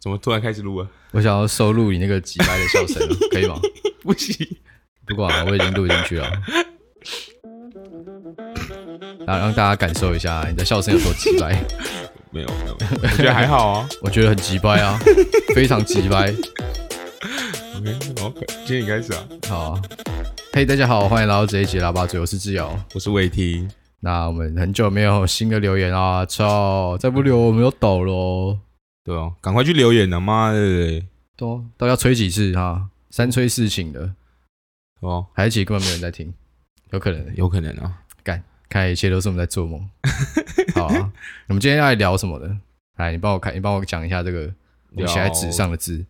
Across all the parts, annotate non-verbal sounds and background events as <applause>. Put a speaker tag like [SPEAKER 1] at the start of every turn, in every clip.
[SPEAKER 1] 怎么突然开始录了？啊
[SPEAKER 2] 我想要收录你那个挤白的笑声，可以吗？
[SPEAKER 1] <laughs> 不行，
[SPEAKER 2] 不管了，我已经录进去了，啊，让大家感受一下你的笑声有多挤白。
[SPEAKER 1] 没有没有，没有我觉得还好啊。
[SPEAKER 2] 我觉得很挤白啊，非常挤白。
[SPEAKER 1] <laughs> OK OK，今天 <laughs> 开始啊，
[SPEAKER 2] 好啊，嘿、大家好，欢迎来到这一集喇叭嘴，我是志友。
[SPEAKER 1] 我是魏婷，
[SPEAKER 2] 那我们很久没有新的留言啊，操！再不留我们就抖喽。
[SPEAKER 1] 对哦，赶快去留言啊，妈的，
[SPEAKER 2] 都都要催几次哈？三催四请的，
[SPEAKER 1] 哦，
[SPEAKER 2] 还是其实根本没有人在听，有可能。
[SPEAKER 1] 有可能啊。
[SPEAKER 2] 看来一切都是我们在
[SPEAKER 1] <laughs>
[SPEAKER 2] 做梦。好啊，我们今天要来聊什么呢？来，你帮我看，你帮我讲一下这个我写在纸上的字，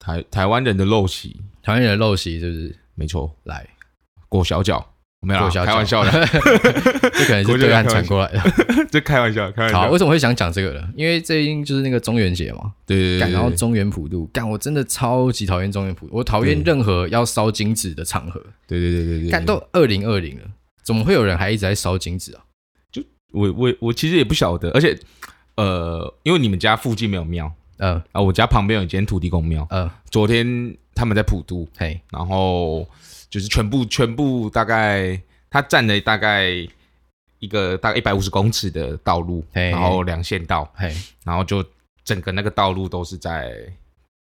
[SPEAKER 1] 台台湾人的陋习，
[SPEAKER 2] 台湾人的陋习是不是？
[SPEAKER 1] 没错，
[SPEAKER 2] 来，
[SPEAKER 1] 裹小脚，没有
[SPEAKER 2] 做
[SPEAKER 1] 啦，
[SPEAKER 2] 小
[SPEAKER 1] 开玩笑的， <laughs>
[SPEAKER 2] 的，这可能是对岸传过来的。
[SPEAKER 1] 这开玩笑，开玩
[SPEAKER 2] 好，啊
[SPEAKER 1] 笑
[SPEAKER 2] 为。什么会想讲这个呢？因为最近就是那个中元节嘛，
[SPEAKER 1] 对对对
[SPEAKER 2] 干，然后
[SPEAKER 1] 对，
[SPEAKER 2] 中原普渡，干，我真的超级讨厌中原普渡，我讨厌
[SPEAKER 1] 对
[SPEAKER 2] 任何要烧金纸的场合。
[SPEAKER 1] 对对对对嗯对对，
[SPEAKER 2] 干，都二零二零了，怎么会有人还一直在烧金纸啊？
[SPEAKER 1] 我我我其实也不晓得，而且呃，因为你们家附近没有庙
[SPEAKER 2] 呃
[SPEAKER 1] 啊，我家旁边有一间土地公庙，
[SPEAKER 2] 呃，
[SPEAKER 1] 昨天他们在普渡，
[SPEAKER 2] 嘿，
[SPEAKER 1] 然后就是全部全部大概它占了大概一个大概一百五十公尺的道路，
[SPEAKER 2] 嘿
[SPEAKER 1] 然后两线道，
[SPEAKER 2] 嘿，
[SPEAKER 1] 然后就整个那个道路都是在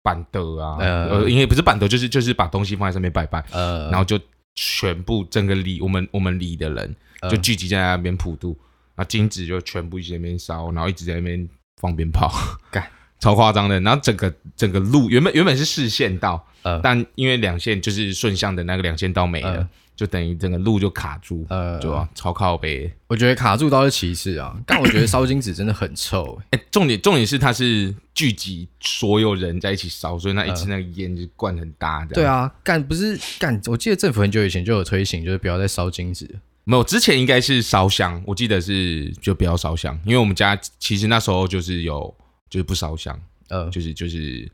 [SPEAKER 1] 板德啊，
[SPEAKER 2] 呃
[SPEAKER 1] 呃，因为不是板德，就是就是把东西放在上面拜拜，
[SPEAKER 2] 呃，
[SPEAKER 1] 然后就全部整个里我们我们里的人
[SPEAKER 2] 呃
[SPEAKER 1] 就聚集在那边普渡，然后金子就全部一直在那边烧，然后一直在那边放鞭炮，
[SPEAKER 2] 干
[SPEAKER 1] <laughs> 超夸张的。然后整个整个路原本原本是四线道，
[SPEAKER 2] 呃
[SPEAKER 1] 但因为两线就是顺向的那个两线道没了，
[SPEAKER 2] 呃
[SPEAKER 1] 就等于整个路就卡住，
[SPEAKER 2] 呃
[SPEAKER 1] 对吧、超靠北。
[SPEAKER 2] 我觉得卡住倒是其次啊， <coughs> 但我觉得烧金纸真的很臭、 <coughs> 欸。
[SPEAKER 1] 哎、重点重点是它是聚集所有人在一起烧，所以那一次那个烟就灌很大，这样。
[SPEAKER 2] 嗯对，啊，干不是干，我记得政府很久以前就有推行，就是不要再烧金纸了。
[SPEAKER 1] 没有，之前应该是烧香，我记得是就不要烧香，因为我们家其实那时候就是有就是不烧香，
[SPEAKER 2] 呃，
[SPEAKER 1] 就是就是，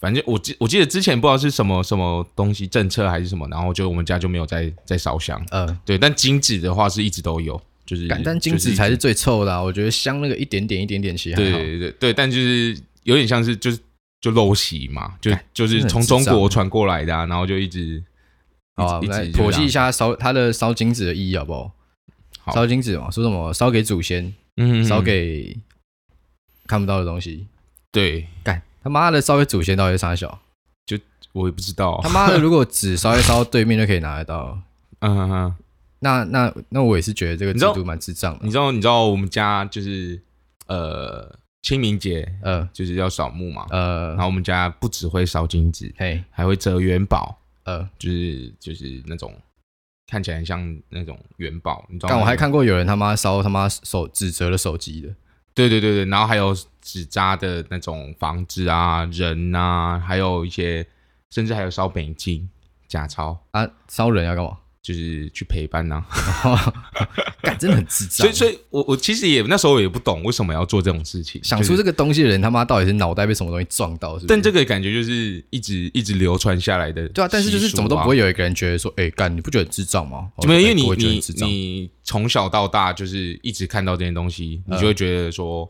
[SPEAKER 1] 反正我记我记得之前不知道是什么什么东西政策还是什么，然后就我们家就没有再再烧香，
[SPEAKER 2] 呃，
[SPEAKER 1] 对，但金纸的话是一直都有，就是
[SPEAKER 2] 干，但金
[SPEAKER 1] 就是一
[SPEAKER 2] 纸
[SPEAKER 1] 直
[SPEAKER 2] 才是最臭的、啊。我觉得香那个一点点一点点其实还
[SPEAKER 1] 对
[SPEAKER 2] 好。
[SPEAKER 1] 对对对，但就是有点像是就是就陋习嘛，就
[SPEAKER 2] 干
[SPEAKER 1] 就是
[SPEAKER 2] 真的很
[SPEAKER 1] 从
[SPEAKER 2] 智
[SPEAKER 1] 中国
[SPEAKER 2] 障
[SPEAKER 1] 传过来的、啊，然后就一直
[SPEAKER 2] 好、啊，我
[SPEAKER 1] 一
[SPEAKER 2] 们
[SPEAKER 1] 直
[SPEAKER 2] 来
[SPEAKER 1] 一直就
[SPEAKER 2] 剖析一
[SPEAKER 1] 这样，
[SPEAKER 2] 下烧它的烧金纸的意义好不好？
[SPEAKER 1] 好
[SPEAKER 2] 烧金纸嘛，说什么烧给祖先，
[SPEAKER 1] 嗯，
[SPEAKER 2] 烧给看不到的东西。
[SPEAKER 1] 对，
[SPEAKER 2] 干他妈的烧给祖先到底是啥小？
[SPEAKER 1] 我也不知道
[SPEAKER 2] 他，妈的，如果纸烧一烧到对面就可以拿得到，
[SPEAKER 1] 嗯嗯嗯。
[SPEAKER 2] 那那那我也是觉得这个
[SPEAKER 1] 你
[SPEAKER 2] 制
[SPEAKER 1] 知道
[SPEAKER 2] 度蛮智障的
[SPEAKER 1] 你。知道，你知道我们家就是呃清明节
[SPEAKER 2] 呃
[SPEAKER 1] 就是要扫墓嘛，
[SPEAKER 2] 呃
[SPEAKER 1] 然，后我们家不只会烧金纸，
[SPEAKER 2] 嘿，
[SPEAKER 1] 还会折元宝，
[SPEAKER 2] 呃，
[SPEAKER 1] 就是就是那种看起来很像那种元宝，你知道吗？
[SPEAKER 2] 但我还，看过有人他妈烧他妈手指折了手机的，
[SPEAKER 1] 对对对对，然后还有纸扎的那种房子啊、人啊，还有一些甚至还有烧美金、假钞，
[SPEAKER 2] 啊，烧人要干
[SPEAKER 1] <laughs>
[SPEAKER 2] 嘛？
[SPEAKER 1] 就是去陪伴呐、
[SPEAKER 2] <laughs>
[SPEAKER 1] 啊。
[SPEAKER 2] 干，真的很智障
[SPEAKER 1] 所以，。所以我我其实也那时候也不懂为什么要做这种事情，
[SPEAKER 2] 想
[SPEAKER 1] 就是
[SPEAKER 2] 出这个东西的人他妈到底是脑袋被什么东西撞到？是不是
[SPEAKER 1] 但这个感觉就是一直一直流传下来的、
[SPEAKER 2] 对啊，但是就是怎么都不会。有一个人觉得说，哎，干，你不觉得很智障吗？
[SPEAKER 1] 没有，因为
[SPEAKER 2] 我
[SPEAKER 1] 你
[SPEAKER 2] 哦觉得
[SPEAKER 1] 你
[SPEAKER 2] 很智障。
[SPEAKER 1] 你从小到大就是一直看到这些东西，你就会觉得说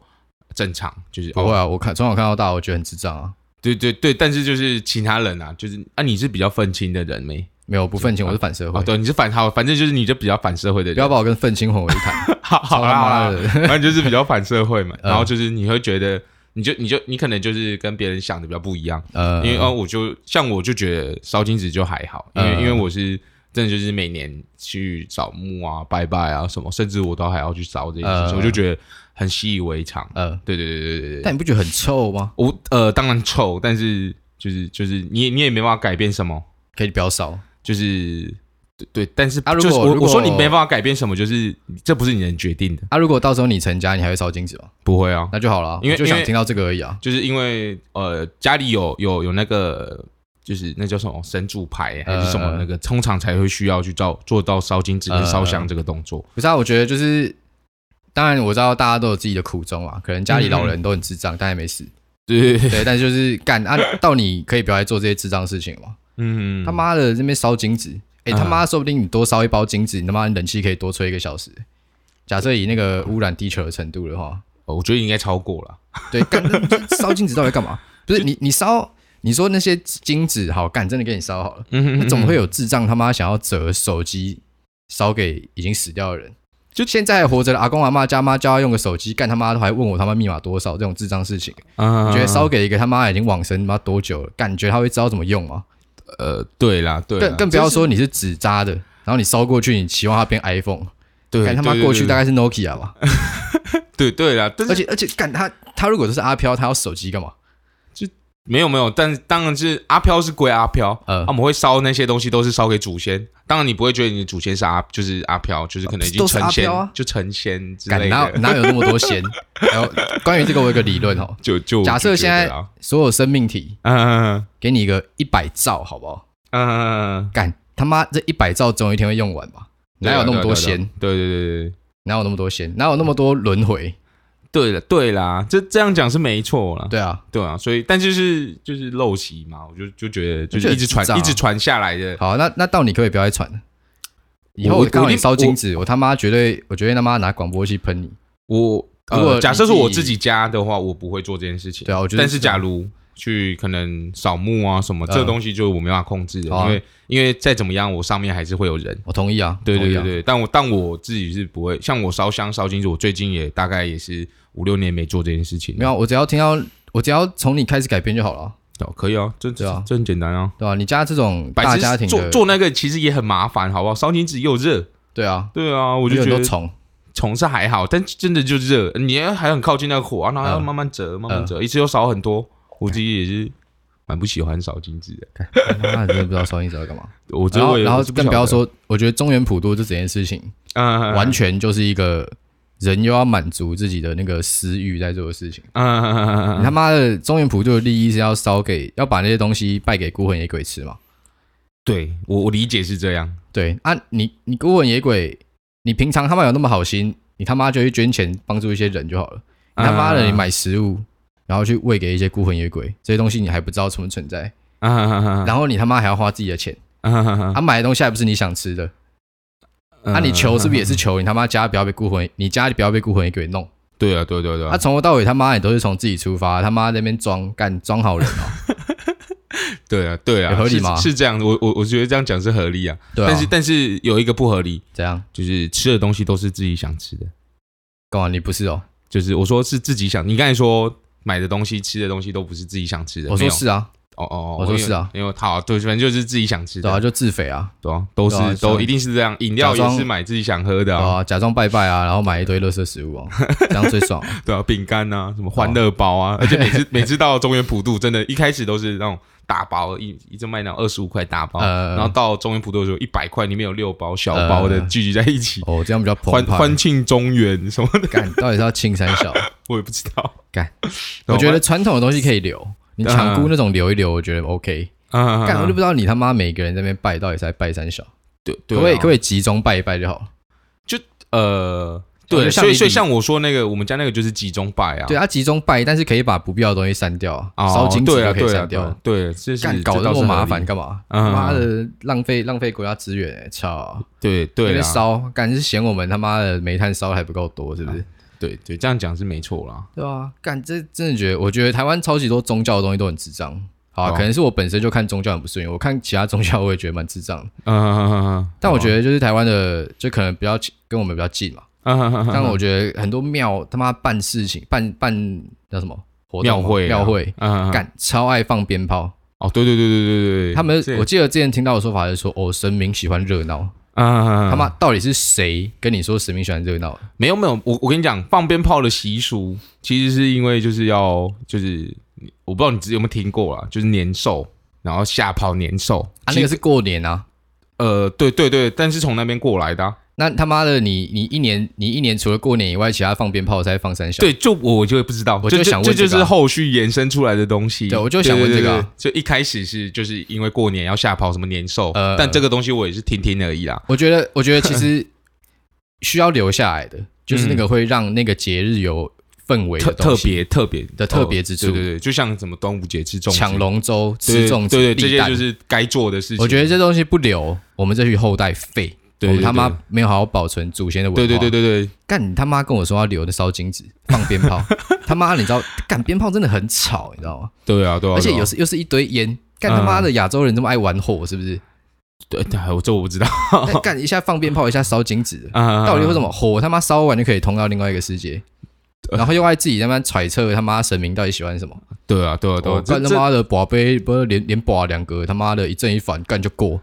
[SPEAKER 1] 正常，就是
[SPEAKER 2] 嗯不会
[SPEAKER 1] 哦，
[SPEAKER 2] 啊，我看从小看到大，我觉得很智障啊。
[SPEAKER 1] 对对对。但是就是其他人啊，就是啊，你是比较愤青的人没？
[SPEAKER 2] 没有，我不愤青，我是反社会
[SPEAKER 1] 哦，。对，你是反好，反正就是你就比较反社会的人。
[SPEAKER 2] 不要把我跟愤青混为一
[SPEAKER 1] <laughs>
[SPEAKER 2] 谈，
[SPEAKER 1] 好好
[SPEAKER 2] 操
[SPEAKER 1] 啦
[SPEAKER 2] 他
[SPEAKER 1] 好
[SPEAKER 2] 妈
[SPEAKER 1] 啦，
[SPEAKER 2] 的！
[SPEAKER 1] 反正就是比较反社会嘛。
[SPEAKER 2] <laughs> 嗯
[SPEAKER 1] 然后就是你会觉得，你就你就你可能就是跟别人想的比较不一样。
[SPEAKER 2] 呃，
[SPEAKER 1] 因为哦，我就像我就觉得烧金纸就还好，因为、
[SPEAKER 2] 嗯
[SPEAKER 1] 因为我是真的就是每年去扫墓啊、拜拜啊什么，甚至我都还要去烧这件事情，
[SPEAKER 2] 嗯
[SPEAKER 1] 我就觉得很习以为常。
[SPEAKER 2] 呃，
[SPEAKER 1] 对对对对对对，
[SPEAKER 2] 但你不觉得很臭吗？
[SPEAKER 1] 我呃当然臭，但是就是就是你也你也没办法改变什么，
[SPEAKER 2] 可以不要烧，
[SPEAKER 1] 就是对对，但是
[SPEAKER 2] 啊如
[SPEAKER 1] 就是
[SPEAKER 2] 果
[SPEAKER 1] 我
[SPEAKER 2] 如
[SPEAKER 1] 我
[SPEAKER 2] 果
[SPEAKER 1] 说你没办法改变什么，就是这不是你能决定的，
[SPEAKER 2] 啊，如果到时候你成家，你还会烧金纸吗？
[SPEAKER 1] 不会啊，
[SPEAKER 2] 那就好了，
[SPEAKER 1] 因为
[SPEAKER 2] 我就
[SPEAKER 1] 因
[SPEAKER 2] 想
[SPEAKER 1] 为
[SPEAKER 2] 听到这个而已啊。
[SPEAKER 1] 就是因为呃家里有有有那个就是那叫什么神主牌还是什么
[SPEAKER 2] 呃
[SPEAKER 1] 那个，通常才会需要去做做到烧金纸跟烧香这个动作。
[SPEAKER 2] 不是啊，我觉得就是，当然我知道大家都有自己的苦衷啊，可能家里老
[SPEAKER 1] 嗯
[SPEAKER 2] 人都很智障，但也没事。
[SPEAKER 1] 对对对，
[SPEAKER 2] 对，但是就是干啊，到你可以不要再做这些智障事情了嘛。
[SPEAKER 1] 嗯，
[SPEAKER 2] 他妈的，那边烧金纸，哎、
[SPEAKER 1] 嗯
[SPEAKER 2] 他妈说不定你多烧一包金纸，你他妈冷气可以多吹一个小时。假设以那个污染地球的程度的话，
[SPEAKER 1] 哦我觉得应该超过了。
[SPEAKER 2] 对，干那烧金纸到底干嘛？不是你你烧，你说那些金纸好干，真的给你烧好了，
[SPEAKER 1] 嗯哼
[SPEAKER 2] 那总
[SPEAKER 1] 嗯
[SPEAKER 2] 会有智障他妈想要折手机烧给已经死掉的人。就现在还活着的阿公阿妈家妈教他用个手机，干他妈都还问我他妈密码多少这种智障事情，
[SPEAKER 1] 啊
[SPEAKER 2] 你觉得烧给一个他妈已经往生他妈多久了，感觉他会知道怎么用吗？
[SPEAKER 1] 呃，对啦，对啦，
[SPEAKER 2] 更更不要说你是纸扎的，然后你烧过去，你期望它变 iPhone，
[SPEAKER 1] 对
[SPEAKER 2] 干他妈
[SPEAKER 1] 对对
[SPEAKER 2] 过去
[SPEAKER 1] 对
[SPEAKER 2] 大概是 Nokia 吧。
[SPEAKER 1] 对对啦，但
[SPEAKER 2] 而
[SPEAKER 1] 是
[SPEAKER 2] 且而且干他他如果都是阿飘，他要手机干嘛？
[SPEAKER 1] 没有没有，但是当然是阿飘是归阿飘，
[SPEAKER 2] 呃
[SPEAKER 1] 啊我们会烧那些东西都是烧给祖先，当然你不会觉得你的祖先是阿，就是阿飘，就是可能已经
[SPEAKER 2] 都是
[SPEAKER 1] 成
[SPEAKER 2] 阿
[SPEAKER 1] 仙，
[SPEAKER 2] 飘啊
[SPEAKER 1] 就成仙之
[SPEAKER 2] 干
[SPEAKER 1] 类
[SPEAKER 2] 哪
[SPEAKER 1] 的，
[SPEAKER 2] 哪有那么多 <laughs> 仙？还有关于这个我有一个理论哦，
[SPEAKER 1] 就就
[SPEAKER 2] 假设现在所有生命体
[SPEAKER 1] 嗯
[SPEAKER 2] 给你一个一百兆，好不好？
[SPEAKER 1] 嗯嗯，
[SPEAKER 2] 干他妈这一百兆总有一天会用完吧？哪有那么多仙？？
[SPEAKER 1] 啊对对对对
[SPEAKER 2] 哪有那么多仙？哪有那么多轮回？
[SPEAKER 1] 对了对啦，这这样讲是没错啦，
[SPEAKER 2] 对啊，
[SPEAKER 1] 对啊，所以但就是就是陋习嘛，我就就觉得就是一直传
[SPEAKER 2] 就
[SPEAKER 1] 一
[SPEAKER 2] 很智障啊
[SPEAKER 1] 直传下来的，
[SPEAKER 2] 好，那那到你可不可以不要再传了。以后
[SPEAKER 1] 我
[SPEAKER 2] 我告诉
[SPEAKER 1] 我一
[SPEAKER 2] 你
[SPEAKER 1] 定
[SPEAKER 2] 烧金纸，我他妈绝对，我绝对他妈拿广播器喷你。
[SPEAKER 1] 我
[SPEAKER 2] 如果
[SPEAKER 1] 呃，
[SPEAKER 2] 你
[SPEAKER 1] 假设是我
[SPEAKER 2] 自
[SPEAKER 1] 自
[SPEAKER 2] 己
[SPEAKER 1] 己家的话，我不会做这件事情。
[SPEAKER 2] 对啊，我觉得。
[SPEAKER 1] 但是假如去可能扫墓啊什么，
[SPEAKER 2] 嗯
[SPEAKER 1] 这东西就我没办法控制的，
[SPEAKER 2] 好啊
[SPEAKER 1] 因为因为再怎么样，我上面还是会有人。
[SPEAKER 2] 我同意啊，
[SPEAKER 1] 对对
[SPEAKER 2] 同意
[SPEAKER 1] 对
[SPEAKER 2] 啊，
[SPEAKER 1] 对，但我但我自己是不会，像我烧香烧金纸，我最近也大概也是五六年没做这件事情了。
[SPEAKER 2] 没有，我只要听到，我只要从你开始改变就好了啊，
[SPEAKER 1] 哦，可以啊，这
[SPEAKER 2] 对啊
[SPEAKER 1] 这很简单啊。
[SPEAKER 2] 对吧、你家这种
[SPEAKER 1] 白
[SPEAKER 2] 大
[SPEAKER 1] 痴
[SPEAKER 2] 家庭
[SPEAKER 1] 做
[SPEAKER 2] 的，
[SPEAKER 1] 做那个其实也很麻烦，好不好？烧金纸又热，
[SPEAKER 2] 对啊，
[SPEAKER 1] 对啊，我就
[SPEAKER 2] 有
[SPEAKER 1] 觉
[SPEAKER 2] 很多
[SPEAKER 1] 得
[SPEAKER 2] 虫， <laughs>
[SPEAKER 1] 虫是还好，但真的就热，你要还很靠近那个火，然后还要
[SPEAKER 2] 嗯
[SPEAKER 1] 慢慢折，慢慢折，一次又少很多。我自己也是蛮不喜欢烧金纸的，
[SPEAKER 2] 妈的真的不知道烧金纸要干嘛。
[SPEAKER 1] 我觉
[SPEAKER 2] 然
[SPEAKER 1] 得
[SPEAKER 2] 后，
[SPEAKER 1] 我也
[SPEAKER 2] 然后
[SPEAKER 1] 是
[SPEAKER 2] 更不要
[SPEAKER 1] 晓得，
[SPEAKER 2] 说，我觉得中原普渡这整件事情，
[SPEAKER 1] <laughs> 嗯，
[SPEAKER 2] 完全就是一个人又要满足自己的那个私欲在做的事情。你
[SPEAKER 1] 嗯，
[SPEAKER 2] 他妈的，中原普渡的利益是要烧给，要把那些东西拜给孤魂野鬼吃嘛？
[SPEAKER 1] 对我我理解是这样，
[SPEAKER 2] 对啊，你你孤魂野鬼，你平常他妈有那么好心，你他妈就去捐钱帮助一些人就好了。
[SPEAKER 1] 嗯
[SPEAKER 2] 你他妈的，你买食物，然后去喂给一些孤魂野鬼，这些东西你还不知道存不存在，
[SPEAKER 1] 嗯，
[SPEAKER 2] 然后你他妈还要花自己的钱，
[SPEAKER 1] 嗯
[SPEAKER 2] 啊，买的东西还不是你想吃的，啊，你求是不是也
[SPEAKER 1] 嗯
[SPEAKER 2] 是求你他妈家不要被孤魂，你家里不要被孤魂野鬼弄？
[SPEAKER 1] 对啊，对对对
[SPEAKER 2] 啊，从头到尾他妈你都是从自己出发，他妈在那边装干装好
[SPEAKER 1] <laughs>
[SPEAKER 2] 人哦，
[SPEAKER 1] 对啊，对啊，
[SPEAKER 2] 有合理
[SPEAKER 1] 是
[SPEAKER 2] 吗
[SPEAKER 1] 是这样，我我我觉得这样讲是合理啊，
[SPEAKER 2] 对啊，
[SPEAKER 1] 但是但是有一个不合理，
[SPEAKER 2] 怎样？
[SPEAKER 1] 就是吃的东西都是自己想吃的，
[SPEAKER 2] 干嘛？你不是哦？
[SPEAKER 1] 就是我说是自己想，你刚才说。买的东西、吃的东西都不是自己想吃的。
[SPEAKER 2] 我
[SPEAKER 1] 没
[SPEAKER 2] 说
[SPEAKER 1] 有
[SPEAKER 2] 是啊，
[SPEAKER 1] 哦哦，
[SPEAKER 2] 我说是啊
[SPEAKER 1] 因为因为好，对，反正就是自己想吃
[SPEAKER 2] 对啊，
[SPEAKER 1] 的，
[SPEAKER 2] 就自肥啊，
[SPEAKER 1] 对啊，都是
[SPEAKER 2] 对啊
[SPEAKER 1] 都
[SPEAKER 2] 像
[SPEAKER 1] 一定是这样，饮料也
[SPEAKER 2] 假装
[SPEAKER 1] 是买自己想喝的
[SPEAKER 2] 对
[SPEAKER 1] 啊，
[SPEAKER 2] 啊，假装拜拜啊，然后买一堆垃圾食物哦，这样最爽哦。
[SPEAKER 1] <laughs> 对啊，饼干啊，什么欢乐包啊，而且每
[SPEAKER 2] <laughs>
[SPEAKER 1] 次每次到中原普渡，真的，一开始都是那种大包，一一直卖那种二十五块大包，
[SPEAKER 2] 呃
[SPEAKER 1] 然后到中原普渡的时候，一百块里面有六包小包的
[SPEAKER 2] 呃
[SPEAKER 1] 聚集在一起，
[SPEAKER 2] 哦，这样比较
[SPEAKER 1] 欢
[SPEAKER 2] 澎湃
[SPEAKER 1] 欢。庆中原什么的，
[SPEAKER 2] 干，到底是要青山
[SPEAKER 1] <laughs>
[SPEAKER 2] 小？
[SPEAKER 1] 我也不知道。
[SPEAKER 2] 干，
[SPEAKER 1] 对
[SPEAKER 2] 我觉得，传统的东西可以留，你抢姑那种留一留，我觉得 OK。
[SPEAKER 1] 啊，
[SPEAKER 2] 干，我就不知道你他妈每个人在那边拜到底是在拜三小，
[SPEAKER 1] 对
[SPEAKER 2] 可
[SPEAKER 1] 对啊，
[SPEAKER 2] 不可以可不可以集中拜一拜就好了？
[SPEAKER 1] 呃，
[SPEAKER 2] 我觉
[SPEAKER 1] 对，
[SPEAKER 2] 哦得像
[SPEAKER 1] 所以
[SPEAKER 2] 你
[SPEAKER 1] 所以
[SPEAKER 2] 比
[SPEAKER 1] 像我说那个，我们家那个就是集中拜啊，
[SPEAKER 2] 对，啊，集中拜，但是可以把不必要的东西删掉啊，
[SPEAKER 1] 哦，
[SPEAKER 2] 烧金纸
[SPEAKER 1] 对
[SPEAKER 2] 就
[SPEAKER 1] 啊，
[SPEAKER 2] 可以
[SPEAKER 1] 对啊，
[SPEAKER 2] 删
[SPEAKER 1] 对
[SPEAKER 2] 掉
[SPEAKER 1] 啊。对，这
[SPEAKER 2] 干
[SPEAKER 1] 是
[SPEAKER 2] 搞
[SPEAKER 1] 这
[SPEAKER 2] 得
[SPEAKER 1] 倒
[SPEAKER 2] 那
[SPEAKER 1] 是
[SPEAKER 2] 么麻
[SPEAKER 1] 合理
[SPEAKER 2] 烦干嘛？
[SPEAKER 1] 嗯
[SPEAKER 2] 妈的，浪费浪费国家资源欸，操！
[SPEAKER 1] 对啊
[SPEAKER 2] 那
[SPEAKER 1] 对
[SPEAKER 2] 边
[SPEAKER 1] 啦，
[SPEAKER 2] 烧，干是嫌我们他妈的煤炭烧得还不够多，是不
[SPEAKER 1] 啊
[SPEAKER 2] 是？
[SPEAKER 1] 对对，这样讲是没错啦。 <laughs>
[SPEAKER 2] 对啊，干这真的觉得，我觉得台湾超级多宗教的东西都很智障。好啊、
[SPEAKER 1] 哦
[SPEAKER 2] 可能是我本身就看宗教很不顺眼，我看其他宗教我也觉得蛮智障的。
[SPEAKER 1] 嗯嗯嗯嗯，
[SPEAKER 2] 但我
[SPEAKER 1] 得， <laughs>
[SPEAKER 2] 觉得就是台湾的，就可能比较近跟我们比较近嘛。
[SPEAKER 1] 嗯嗯嗯嗯
[SPEAKER 2] 但
[SPEAKER 1] <laughs>
[SPEAKER 2] 我觉得很多庙他妈办事情，办办叫什么活动
[SPEAKER 1] 庙
[SPEAKER 2] 嘛
[SPEAKER 1] 会啊
[SPEAKER 2] 庙会，
[SPEAKER 1] 嗯，嗯嗯
[SPEAKER 2] 干超爱放鞭炮。
[SPEAKER 1] 哦，对对对对对对，
[SPEAKER 2] 他们
[SPEAKER 1] 这 <laughs>
[SPEAKER 2] 我记得之前听到的说法是说，哦，神明喜欢热闹。
[SPEAKER 1] 啊，
[SPEAKER 2] 他妈到底是谁跟你说神明喜欢热闹？啊
[SPEAKER 1] 没有没有，我我跟你讲，放鞭炮的习俗其实是因为就是要就是我不知道你之前有没有听过啦，就是年兽，然后吓跑年兽
[SPEAKER 2] 啊，
[SPEAKER 1] 其实
[SPEAKER 2] 那个是过年啊。
[SPEAKER 1] 呃，对对对，但是从那边过来的啊、
[SPEAKER 2] 那他妈的你，你一年你一年除了过年以外，其他放鞭炮才放三小。
[SPEAKER 1] 对，就我我就会不知道，
[SPEAKER 2] 我就
[SPEAKER 1] 这
[SPEAKER 2] 想问
[SPEAKER 1] 这
[SPEAKER 2] 这个
[SPEAKER 1] 就
[SPEAKER 2] 啊
[SPEAKER 1] 是后续延伸出来的东西。
[SPEAKER 2] 对我就想问这个啊
[SPEAKER 1] 对，对对就一开始是就是因为过年要吓跑什么年兽，
[SPEAKER 2] 呃
[SPEAKER 1] 但这个东西我也是听听而已啦。
[SPEAKER 2] 我觉得，我觉得
[SPEAKER 1] <laughs>
[SPEAKER 2] 其实需要留下来的，就是那个会让那个节日有氛围
[SPEAKER 1] 特
[SPEAKER 2] 的
[SPEAKER 1] 特
[SPEAKER 2] 东西
[SPEAKER 1] 别特别哦
[SPEAKER 2] 的特别之处
[SPEAKER 1] 对对对，就像什么端午节吃粽子
[SPEAKER 2] 抢龙舟、
[SPEAKER 1] 对
[SPEAKER 2] 吃粽子、
[SPEAKER 1] 对对，这
[SPEAKER 2] 立
[SPEAKER 1] 些
[SPEAKER 2] 蛋
[SPEAKER 1] 就。是该做的事情。
[SPEAKER 2] 我觉得这东西不留，我们这群后代废。
[SPEAKER 1] 对
[SPEAKER 2] 我们
[SPEAKER 1] 对
[SPEAKER 2] 他妈
[SPEAKER 1] 对
[SPEAKER 2] 没有好好保存祖先的文化。
[SPEAKER 1] 对对对对对，
[SPEAKER 2] 干你他妈跟我说要留那烧金纸放鞭
[SPEAKER 1] <laughs>
[SPEAKER 2] 炮，他妈你知道干鞭炮真的很吵，你知道吗？
[SPEAKER 1] 对啊对啊，
[SPEAKER 2] 而且
[SPEAKER 1] 对啊嗯
[SPEAKER 2] 有时又是一堆烟，干他妈的亚洲人这么爱玩火是
[SPEAKER 1] <laughs>
[SPEAKER 2] 不是？
[SPEAKER 1] 对，哎但我这我不知道
[SPEAKER 2] 但干一下放鞭炮，一下烧金纸，
[SPEAKER 1] 啊，
[SPEAKER 2] <laughs> 到底为什么火他妈烧完就可以通到另外一个世界？
[SPEAKER 1] 啊
[SPEAKER 2] 然后又爱自己在那边揣测他妈神明到底喜欢什么，
[SPEAKER 1] 对啊对啊对啊
[SPEAKER 2] 哦，干他
[SPEAKER 1] 这
[SPEAKER 2] 妈的宝贝不是连连拔两个他妈的一正一反干就
[SPEAKER 1] <laughs>
[SPEAKER 2] 过，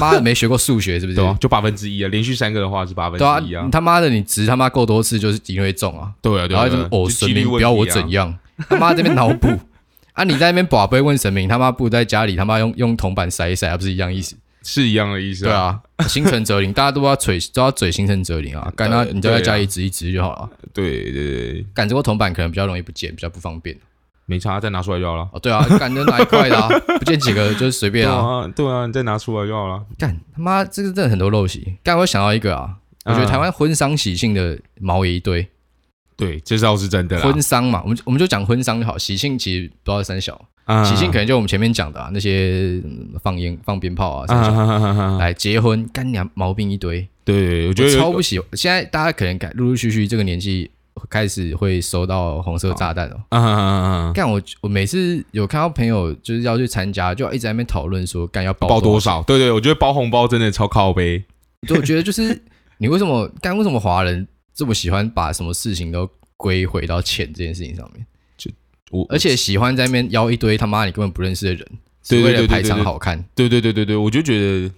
[SPEAKER 2] 妈的没学过数学是不是
[SPEAKER 1] 对？啊，就八分之一啊，连续三个的话是八分
[SPEAKER 2] 对啊，
[SPEAKER 1] 之一
[SPEAKER 2] 你
[SPEAKER 1] 啊，
[SPEAKER 2] 他妈的你值他妈够多次就是一定会中啊，
[SPEAKER 1] 对啊对
[SPEAKER 2] 然
[SPEAKER 1] 啊，
[SPEAKER 2] 后就
[SPEAKER 1] 对
[SPEAKER 2] 是
[SPEAKER 1] 啊
[SPEAKER 2] 哦
[SPEAKER 1] 就
[SPEAKER 2] 神
[SPEAKER 1] 几率
[SPEAKER 2] 明
[SPEAKER 1] 问
[SPEAKER 2] 不要
[SPEAKER 1] 题
[SPEAKER 2] 我
[SPEAKER 1] 啊
[SPEAKER 2] 怎样，他妈这边脑补啊你在那边宝贝问神明他妈不如在家里他妈用用铜板塞一塞，还不是一样意思？
[SPEAKER 1] 是一样的意思
[SPEAKER 2] 对啊，心诚则灵，大 <laughs> 家都要嘴都要嘴心诚则灵啊，干
[SPEAKER 1] 对
[SPEAKER 2] 他你就
[SPEAKER 1] 对
[SPEAKER 2] 在
[SPEAKER 1] 啊
[SPEAKER 2] 家里指一指就好了，
[SPEAKER 1] 对对对，
[SPEAKER 2] 干这个铜板可能比较容易不见，比较不方便。
[SPEAKER 1] 没差，再拿出来就好了。
[SPEAKER 2] 哦，对啊，干就拿一块
[SPEAKER 1] <laughs>
[SPEAKER 2] 的、啊，不见几个就是随便啊。
[SPEAKER 1] 啊，对啊，你再拿出来就好了。
[SPEAKER 2] 干他妈这个真的很多陋习。干我想到一个啊，我觉得
[SPEAKER 1] 嗯
[SPEAKER 2] 台湾婚丧喜庆的毛也一堆，
[SPEAKER 1] 对，啊这倒是真的啦。
[SPEAKER 2] 婚丧嘛，我们就我们就讲婚丧就好，喜庆其实不知道三小，
[SPEAKER 1] 啊
[SPEAKER 2] 喜庆可能就我们前面讲的、啊、那些、嗯放烟放鞭炮啊三
[SPEAKER 1] 啊
[SPEAKER 2] 小。
[SPEAKER 1] 哈哈哈哈
[SPEAKER 2] 来结婚，干娘毛病一堆，
[SPEAKER 1] 对，我
[SPEAKER 2] 我
[SPEAKER 1] 觉得有
[SPEAKER 2] 超不喜欢。现在大家可能改陆陆续续这个年纪开始会收到红色炸弹哦。
[SPEAKER 1] 啊啊啊啊，
[SPEAKER 2] 干我我每次有看到朋友就是要去参加，就一直在那边讨论说干要包
[SPEAKER 1] 包
[SPEAKER 2] 多
[SPEAKER 1] 多
[SPEAKER 2] 少。
[SPEAKER 1] 少？对对，我觉得包红包真的超靠背。
[SPEAKER 2] 对，我觉得就是 <laughs> 你为什么干为什么华人这么喜欢把什么事情都归回到钱这件事情上面，
[SPEAKER 1] 我
[SPEAKER 2] 而且喜欢在那边邀一堆他妈你根本不认识的人，
[SPEAKER 1] 对
[SPEAKER 2] 只为
[SPEAKER 1] 对
[SPEAKER 2] 了
[SPEAKER 1] 对对
[SPEAKER 2] 排
[SPEAKER 1] 对
[SPEAKER 2] 场
[SPEAKER 1] 对
[SPEAKER 2] 好看，
[SPEAKER 1] 对对对对对，我就觉得，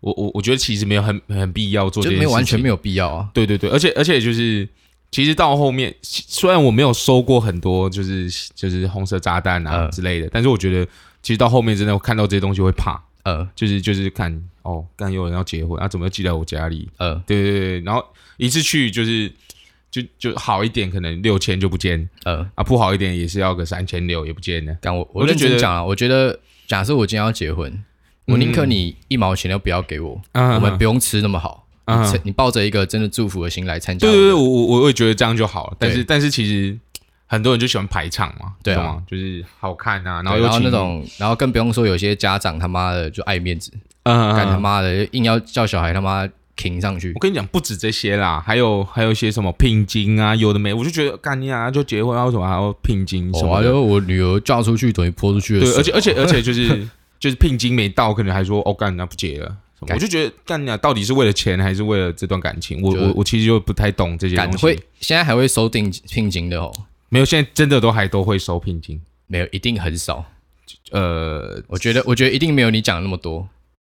[SPEAKER 1] 我我我觉得其实没有很很必要做这
[SPEAKER 2] 就
[SPEAKER 1] 件事
[SPEAKER 2] 没
[SPEAKER 1] 情，
[SPEAKER 2] 有完全没有必要啊。
[SPEAKER 1] 对对对，而且而且就是，其实到后面，其虽然我没有收过很多，就是就是红色炸弹啊
[SPEAKER 2] 嗯
[SPEAKER 1] 之类的，但是我觉得，其实到后面真的我看到这些东西会怕，
[SPEAKER 2] 呃
[SPEAKER 1] 就是就是看哦，刚有人要结婚，啊，怎么又寄来我家里？
[SPEAKER 2] 呃，
[SPEAKER 1] 对对对，然后一次去就是就就好一点，可能六千就不见
[SPEAKER 2] 呃，
[SPEAKER 1] 啊，不好一点也是要个三千六也不见呢。
[SPEAKER 2] 干我
[SPEAKER 1] 我就
[SPEAKER 2] 认
[SPEAKER 1] 觉
[SPEAKER 2] 真
[SPEAKER 1] 得
[SPEAKER 2] 讲啊，我觉得假设我今天要结婚，我宁
[SPEAKER 1] 嗯
[SPEAKER 2] 可你一毛钱都不要给我，
[SPEAKER 1] 啊
[SPEAKER 2] 我们不用吃那么好，
[SPEAKER 1] 啊
[SPEAKER 2] 你趁你抱着一个真的祝福的心来参加
[SPEAKER 1] 对
[SPEAKER 2] 我
[SPEAKER 1] 对对，
[SPEAKER 2] 们，
[SPEAKER 1] 我我我也觉得这样就好了。但
[SPEAKER 2] 对
[SPEAKER 1] 是但是其实很多人就喜欢排场嘛，
[SPEAKER 2] 对啊
[SPEAKER 1] 你懂吗？就是好看啊，然后
[SPEAKER 2] 对
[SPEAKER 1] 又
[SPEAKER 2] 然后
[SPEAKER 1] 请
[SPEAKER 2] 那种，然后更不用说有些家长他妈的就爱面子，
[SPEAKER 1] 嗯
[SPEAKER 2] 干他妈的硬要叫小孩他妈停上去
[SPEAKER 1] 我，跟你讲，不止这些啦，还有还有一些什么聘金啊，有的没，我就觉得干你啊，就结婚啊，为什么还要聘金什
[SPEAKER 2] 哦，
[SPEAKER 1] 么
[SPEAKER 2] 还
[SPEAKER 1] 的？
[SPEAKER 2] 有我女儿嫁出去等于泼出去的
[SPEAKER 1] 对，
[SPEAKER 2] 水，
[SPEAKER 1] 而且
[SPEAKER 2] <laughs>
[SPEAKER 1] 而且而且就是就是聘金没到，可能还说哦干那不结了。什么
[SPEAKER 2] 干
[SPEAKER 1] 我就觉得干你啊，到底是为了钱还是为了这段感情？我
[SPEAKER 2] 就
[SPEAKER 1] 我我其实就不太懂这些
[SPEAKER 2] 敢
[SPEAKER 1] 东
[SPEAKER 2] 会
[SPEAKER 1] 西。
[SPEAKER 2] 现在还会收定聘金的哦，
[SPEAKER 1] 没有，现在真的都还都会收聘金。
[SPEAKER 2] 没有，一定很少。
[SPEAKER 1] 呃，
[SPEAKER 2] 我觉得，我觉得一定没有你讲的那么多。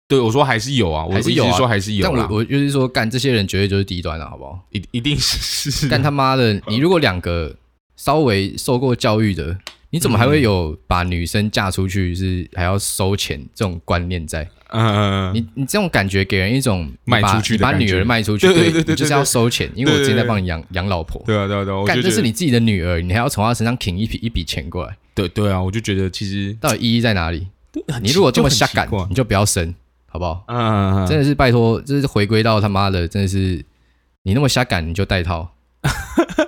[SPEAKER 1] 对我说还是有啊，我
[SPEAKER 2] 还是
[SPEAKER 1] 一
[SPEAKER 2] 有啊
[SPEAKER 1] 直说还是有
[SPEAKER 2] 但
[SPEAKER 1] 啦，
[SPEAKER 2] 我我就是说，干这些人绝对就是低端了，好不好？
[SPEAKER 1] 一一定是是
[SPEAKER 2] <laughs> 干他妈的，你如果两个稍微受过教育的，你怎么还会有把女生嫁出去是还要收钱这种观念在？
[SPEAKER 1] 呃，
[SPEAKER 2] 你你这种感觉给人一种你
[SPEAKER 1] 卖
[SPEAKER 2] 把
[SPEAKER 1] 出去
[SPEAKER 2] 你
[SPEAKER 1] 的
[SPEAKER 2] 把
[SPEAKER 1] 感
[SPEAKER 2] 女
[SPEAKER 1] 觉
[SPEAKER 2] 儿卖出去，
[SPEAKER 1] 对对
[SPEAKER 2] 对
[SPEAKER 1] 对对
[SPEAKER 2] 你就是
[SPEAKER 1] 对
[SPEAKER 2] 要收钱，因为我
[SPEAKER 1] 对
[SPEAKER 2] 之前在
[SPEAKER 1] 对
[SPEAKER 2] 帮你养养老婆。
[SPEAKER 1] 对啊对啊对啊，我
[SPEAKER 2] 干，
[SPEAKER 1] 就
[SPEAKER 2] 这
[SPEAKER 1] 觉
[SPEAKER 2] 是
[SPEAKER 1] 得
[SPEAKER 2] 你自己的女儿，你还要从她身上挺一笔一笔钱过来，
[SPEAKER 1] 对对啊，我就觉得其实
[SPEAKER 2] 到底意义在哪里？你如果这么下
[SPEAKER 1] 就很
[SPEAKER 2] 感
[SPEAKER 1] 奇怪，
[SPEAKER 2] 你就不要生，好不好？
[SPEAKER 1] 嗯，
[SPEAKER 2] 真的是拜托，这是回归到他妈的，真的是你那么下感，你就
[SPEAKER 1] <laughs>
[SPEAKER 2] 带套，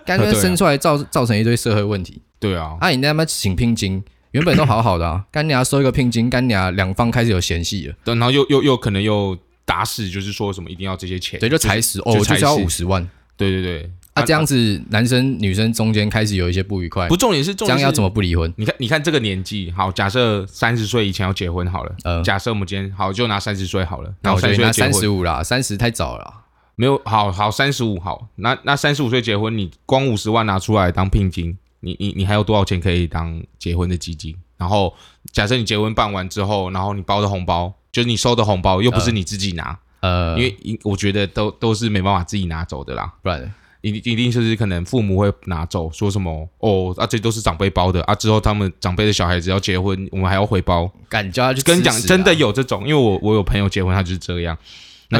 [SPEAKER 2] 干脆
[SPEAKER 1] 对啊
[SPEAKER 2] 生出来造造成一堆社会问题。
[SPEAKER 1] 对啊，
[SPEAKER 2] 啊，你那么请聘金，原本都好好
[SPEAKER 1] <laughs>
[SPEAKER 2] 的啊，干娘收一个聘金，干娘两方开始有嫌隙了，
[SPEAKER 1] 对，然后又又又可能又打死，就是说什么一定要这些钱，
[SPEAKER 2] 对，就踩死哦，
[SPEAKER 1] 就
[SPEAKER 2] 我就
[SPEAKER 1] 踩
[SPEAKER 2] 是要
[SPEAKER 1] 死
[SPEAKER 2] 五十万
[SPEAKER 1] 对对对，
[SPEAKER 2] 啊，这样子男生女生中间开始有一些不愉快
[SPEAKER 1] 不，重点是重
[SPEAKER 2] 这
[SPEAKER 1] 点
[SPEAKER 2] 样
[SPEAKER 1] 是
[SPEAKER 2] 要怎么不离婚？
[SPEAKER 1] 你看你看这个年纪，好，假设三十岁以前要结婚好了，
[SPEAKER 2] 嗯
[SPEAKER 1] 假设我们今天好就拿三十岁好了，
[SPEAKER 2] 那
[SPEAKER 1] 然
[SPEAKER 2] 我
[SPEAKER 1] 后三
[SPEAKER 2] 觉得
[SPEAKER 1] 十岁
[SPEAKER 2] 那
[SPEAKER 1] 结
[SPEAKER 2] 三
[SPEAKER 1] 婚
[SPEAKER 2] 十五啦，三十太早了啊。
[SPEAKER 1] 没有好好三十五好，那那三十五岁结婚，你光五十万拿出来当聘金，你你你还有多少钱可以当结婚的基金？然后假设你结婚办完之后，然后你包的红包，就是你收的红包又不
[SPEAKER 2] 嗯
[SPEAKER 1] 是你自己拿，
[SPEAKER 2] 呃，
[SPEAKER 1] 因为因我觉得都都是没办法自己拿走的啦。
[SPEAKER 2] 不然
[SPEAKER 1] 一定一定就是可能父母会拿走，说什么哦啊，这都是长辈包的啊，之后他们长辈的小孩子要结婚，我们还要回包。
[SPEAKER 2] 敢叫他去、啊
[SPEAKER 1] 跟你讲，真的，有这种，因为我我有朋友结婚，他就是这样，
[SPEAKER 2] 那